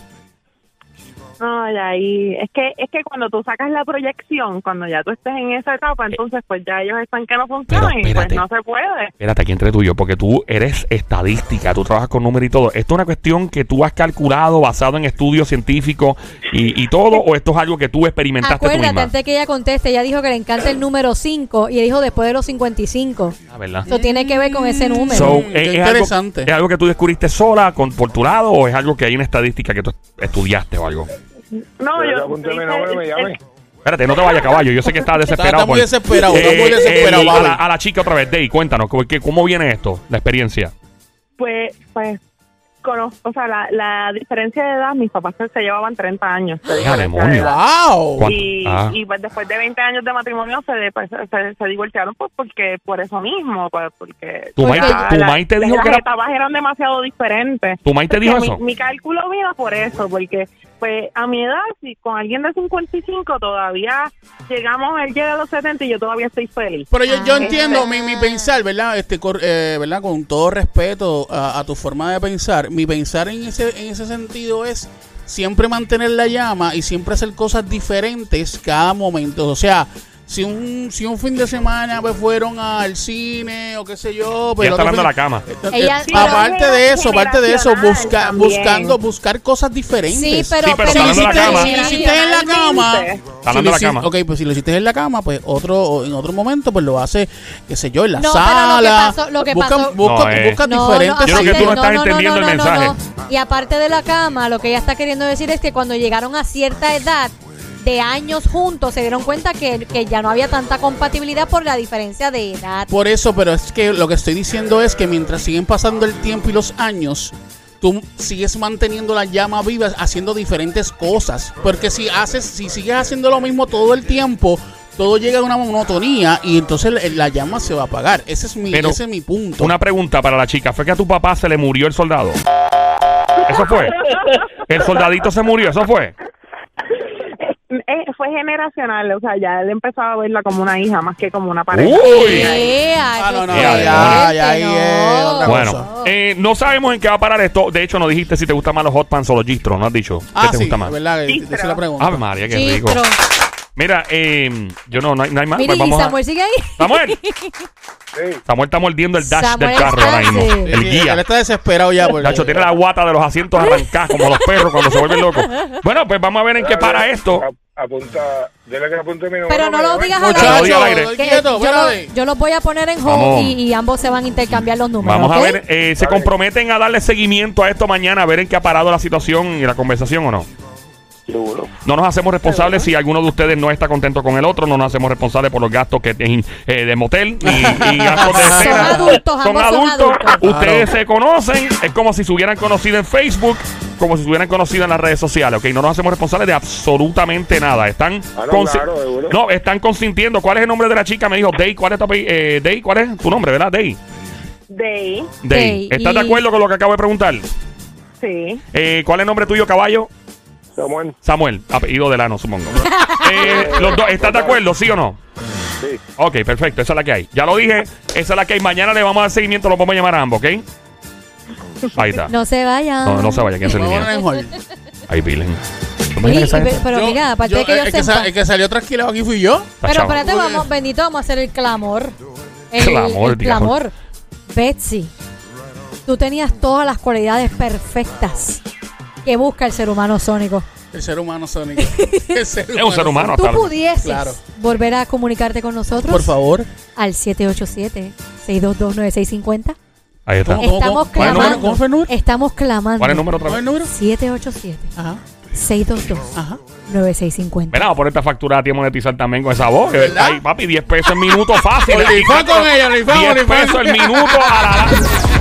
Speaker 4: Ay, ahí. Es que, es que cuando tú sacas la proyección, cuando ya tú estés en esa etapa, entonces pues ya ellos están que no funcionan y pues
Speaker 1: Eh. espérate.
Speaker 4: no se puede.
Speaker 1: Espérate, aquí entre tuyo, porque tú eres estadística, tú trabajas con números y todo. ¿Esto es una cuestión que tú has calculado basado en estudios científicos y, y todo? ¿O esto es algo que tú experimentaste tú
Speaker 3: Acuérdate,
Speaker 1: misma?
Speaker 3: antes que ella conteste, ella dijo que le encanta el número 5 y dijo después de los 55.
Speaker 1: Ah, ¿verdad?
Speaker 3: Eso tiene que ver con ese número.
Speaker 1: So, eh,
Speaker 2: Mm,
Speaker 1: ¿es-
Speaker 2: qué
Speaker 1: es,
Speaker 2: interesante.
Speaker 1: Algo, ¿Es algo que tú descubriste sola, con, por tu lado, o es algo que hay una estadística que tú estudiaste o algo?
Speaker 4: No,
Speaker 6: Pero
Speaker 4: yo.
Speaker 6: yo apunté mi nombre y me llame.
Speaker 1: Espérate, no te vayas caballo. Yo sé que estás desesperado.
Speaker 2: Está- está muy
Speaker 1: por-
Speaker 2: desesperado, está muy desesperado,
Speaker 1: el- a,
Speaker 2: vale.
Speaker 1: la, a la chica otra vez, Dey, cuéntanos, ¿cómo, qué- ¿cómo viene esto, la experiencia?
Speaker 4: Pues, pues, conozco, o sea, la, la diferencia de edad, mis papás se se llevaban 30 años. de
Speaker 1: Ah,
Speaker 4: diferencia de
Speaker 1: demonio.
Speaker 4: edad.
Speaker 2: ¡Wow!
Speaker 1: ¿Cuánto?
Speaker 4: Y,
Speaker 1: Ah.
Speaker 4: y, pues después de 20 años de matrimonio se, de- pues, se, se divorciaron pues porque por eso mismo, pues, porque
Speaker 1: ¿Tu
Speaker 3: Porque
Speaker 1: maíz
Speaker 4: ya
Speaker 1: te, tu
Speaker 4: la-
Speaker 1: maíz te dijo
Speaker 4: las
Speaker 1: que era...
Speaker 4: etapas eran demasiado diferentes.
Speaker 1: ¿Tu maíz te
Speaker 4: Porque
Speaker 1: dijo
Speaker 4: mi,
Speaker 1: eso?
Speaker 4: mi cálculo vino por eso, porque pues a mi edad, si con alguien de 55 todavía llegamos, él llega a los 70 y yo todavía estoy feliz.
Speaker 2: Pero yo, yo
Speaker 3: Ah.
Speaker 2: entiendo mi, mi pensar, ¿verdad? Este, cor- eh, ¿verdad? Con todo respeto a, a tu forma de pensar, mi pensar en ese, en ese sentido es siempre mantener la llama y siempre hacer cosas diferentes cada momento. O sea, si un, si un fin de semana pues, fueron al cine o qué sé yo,
Speaker 1: Ya
Speaker 2: pero
Speaker 1: está
Speaker 2: otro
Speaker 1: hablando
Speaker 2: fin-
Speaker 1: la cama.
Speaker 2: Eh,
Speaker 3: Ella-
Speaker 2: eh,
Speaker 3: Sí,
Speaker 2: aparte
Speaker 4: pero
Speaker 2: de eso, aparte de eso, busca,
Speaker 4: generacional
Speaker 2: buscando,
Speaker 4: también.
Speaker 2: buscar cosas diferentes.
Speaker 3: Sí, pero,
Speaker 1: Sí, pero
Speaker 2: si
Speaker 1: está
Speaker 2: lo
Speaker 1: hablando de la
Speaker 2: hiciste,
Speaker 1: cama.
Speaker 2: si lo hiciste en la cama,
Speaker 4: Está
Speaker 2: si
Speaker 1: hablando
Speaker 2: lo
Speaker 1: de la
Speaker 2: hiciste-
Speaker 1: cama.
Speaker 2: Ok, pues si lo hiciste en la cama, pues otro o en otro momento, pues lo hace, qué sé yo, en la
Speaker 3: No, pero lo que
Speaker 2: sala.
Speaker 3: pasó- lo que
Speaker 2: busca,
Speaker 3: pasó-
Speaker 2: busca-
Speaker 1: No, eh.
Speaker 2: busca
Speaker 3: No,
Speaker 2: diferentes.
Speaker 1: Yo creo que
Speaker 3: aparte-
Speaker 1: tú no
Speaker 2: ideas.
Speaker 1: estás entendiendo el mensaje.
Speaker 3: Y aparte de la cama, lo que ella está queriendo decir es que cuando llegaron a cierta edad de años juntos, se dieron cuenta que, que ya no había tanta compatibilidad por la diferencia de edad.
Speaker 2: Por eso, pero es que lo que estoy diciendo es que mientras siguen pasando el tiempo y los años, tú sigues manteniendo la llama viva haciendo diferentes cosas. Porque si haces, si sigues haciendo lo mismo todo el tiempo, todo llega a una monotonía y entonces la- la llama se va a apagar. Ese es mi,
Speaker 1: Pero
Speaker 2: ese es mi punto.
Speaker 1: Una pregunta para la chica. ¿Fue que a tu papá se le murió el soldado? ¿Eso fue? ¿El soldadito se murió? ¿Eso fue?
Speaker 4: Eh, fue generacional, o sea, ya él empezaba a verla como una hija más que como una pareja.
Speaker 1: ¡Uy!
Speaker 3: Ea,
Speaker 2: Ah, no, no,
Speaker 3: qué
Speaker 1: ya,
Speaker 2: ya,
Speaker 3: diferente,
Speaker 2: ya, ya,
Speaker 3: no.
Speaker 2: otra cosa.
Speaker 1: Bueno, eh, no sabemos en qué va a parar esto. De hecho, no dijiste si te gusta más los hot pants o los gistros. No has dicho. ¿Qué
Speaker 2: Ah,
Speaker 1: te
Speaker 2: sí,
Speaker 1: gusta más? Ah,
Speaker 2: ¿verdad? Eh,
Speaker 4: Sí,
Speaker 2: te hice
Speaker 4: pero-
Speaker 2: la pregunta.
Speaker 1: Ave María, qué
Speaker 3: Sí,
Speaker 1: rico.
Speaker 3: pero-
Speaker 1: Mira, eh, yo no, no hay, no hay más.
Speaker 3: Mira,
Speaker 1: Pues
Speaker 3: y
Speaker 1: vamos a-
Speaker 3: Samuel sigue ahí.
Speaker 1: Samuel.
Speaker 6: Sí.
Speaker 1: Samuel está mordiendo el dash
Speaker 3: Samuel
Speaker 1: del carro ahora mismo.
Speaker 3: Sánchez.
Speaker 1: El
Speaker 2: Sí,
Speaker 1: guía.
Speaker 2: Él está desesperado ya. Por
Speaker 1: Nacho tiene la guata de los asientos arrancadas como los perros cuando se vuelven locos. Bueno, pues vamos a ver en qué para esto.
Speaker 6: A- Apunta, dile que apunte mi nombre.
Speaker 3: Pero no lo digas
Speaker 1: Muchacho,
Speaker 3: al
Speaker 1: odio al
Speaker 3: aire.
Speaker 1: aire.
Speaker 3: Que
Speaker 2: Quieto,
Speaker 3: yo, lo-
Speaker 2: espérate.
Speaker 3: yo los voy a poner en
Speaker 1: Vamos.
Speaker 3: home y, y ambos se van a intercambiar los números.
Speaker 1: Vamos a
Speaker 3: ¿ok?
Speaker 1: ver, eh, se comprometen a darle seguimiento a esto mañana, a ver en qué ha parado la situación y la conversación o no.
Speaker 6: Seguro.
Speaker 1: No nos hacemos responsables si alguno de ustedes no está contento con el otro, no nos hacemos responsables por los gastos que eh, de motel ni, ni gastos de
Speaker 3: Son
Speaker 1: cena.
Speaker 3: adultos,
Speaker 1: Son
Speaker 3: ambos son
Speaker 1: adultos,
Speaker 3: adultos.
Speaker 1: ustedes se conocen, es como si se hubieran conocido en Facebook, como si se hubieran conocido en las redes sociales, ¿ok? No nos hacemos responsables de absolutamente nada. Están,
Speaker 6: Ah, no,
Speaker 1: consi-
Speaker 6: claro, seguro.
Speaker 1: no, están consintiendo. ¿Cuál es el nombre de la chica? Me dijo, Day, ¿cuál es tu, ape- eh, Day, ¿cuál es tu nombre, verdad? Day.
Speaker 4: De ahí,
Speaker 1: Day.
Speaker 3: Day,
Speaker 1: ¿Estás de
Speaker 3: y-
Speaker 1: acuerdo con lo que acabo de preguntar?
Speaker 4: sí.
Speaker 1: Eh, ¿Cuál es el nombre tuyo, caballo?
Speaker 6: Samuel,
Speaker 1: Samuel, apellido Delano, supongo. Eh, los dos, ¿estás de acuerdo, sí o no?
Speaker 6: sí.
Speaker 1: Ok, perfecto, esa es la que hay. Ya lo dije, esa es la que hay. Mañana le vamos a dar seguimiento, lo vamos a llamar a ambos, ¿ok? Ahí está. No,
Speaker 3: No se vayan.
Speaker 1: no, se vaya, que se
Speaker 2: Vamos a
Speaker 1: línea.
Speaker 2: poner en hold.
Speaker 1: Ahí, Pilen.
Speaker 3: Oye, y ve- pero
Speaker 2: Yo-
Speaker 3: mira, aparte
Speaker 2: yo-
Speaker 3: de que yo
Speaker 2: el, que
Speaker 3: sepa-
Speaker 2: sa- el que salió trasquilado aquí fui yo.
Speaker 3: Pero
Speaker 2: Porque-
Speaker 3: espérate, vamos, bendito, vamos a hacer el clamor. El
Speaker 1: Clamor,
Speaker 3: el
Speaker 1: digamos.
Speaker 3: clamor. Betsy, tú tenías todas las cualidades perfectas que busca el ser humano sónico.
Speaker 2: El ser humano Sonic. El ser
Speaker 1: Es un ser humano
Speaker 3: Tú
Speaker 1: hasta ahora.
Speaker 3: pudieses
Speaker 2: Claro.
Speaker 3: volver a comunicarte con nosotros
Speaker 2: Por favor.
Speaker 3: al 787-622-9650.
Speaker 1: Ahí está.
Speaker 2: ¿Cómo, cómo,
Speaker 3: Estamos
Speaker 2: cómo? ¿Cuál es el número?
Speaker 3: clamando.
Speaker 2: ¿Cómo fue el número?
Speaker 3: Estamos clamando.
Speaker 1: ¿Cuál es el número otra
Speaker 2: ¿Cuál es
Speaker 1: vez?
Speaker 2: el número?
Speaker 3: 787-622-9650.
Speaker 2: Ajá,
Speaker 1: Mira,
Speaker 2: ajá.
Speaker 1: vamos a poner esta factura a ti a monetizar también con esa voz. que- Ay, papi, 10 pesos el minuto fácil.
Speaker 2: Olifán con ella, olifán,
Speaker 1: 10
Speaker 2: olifán.
Speaker 1: pesos el minuto a la...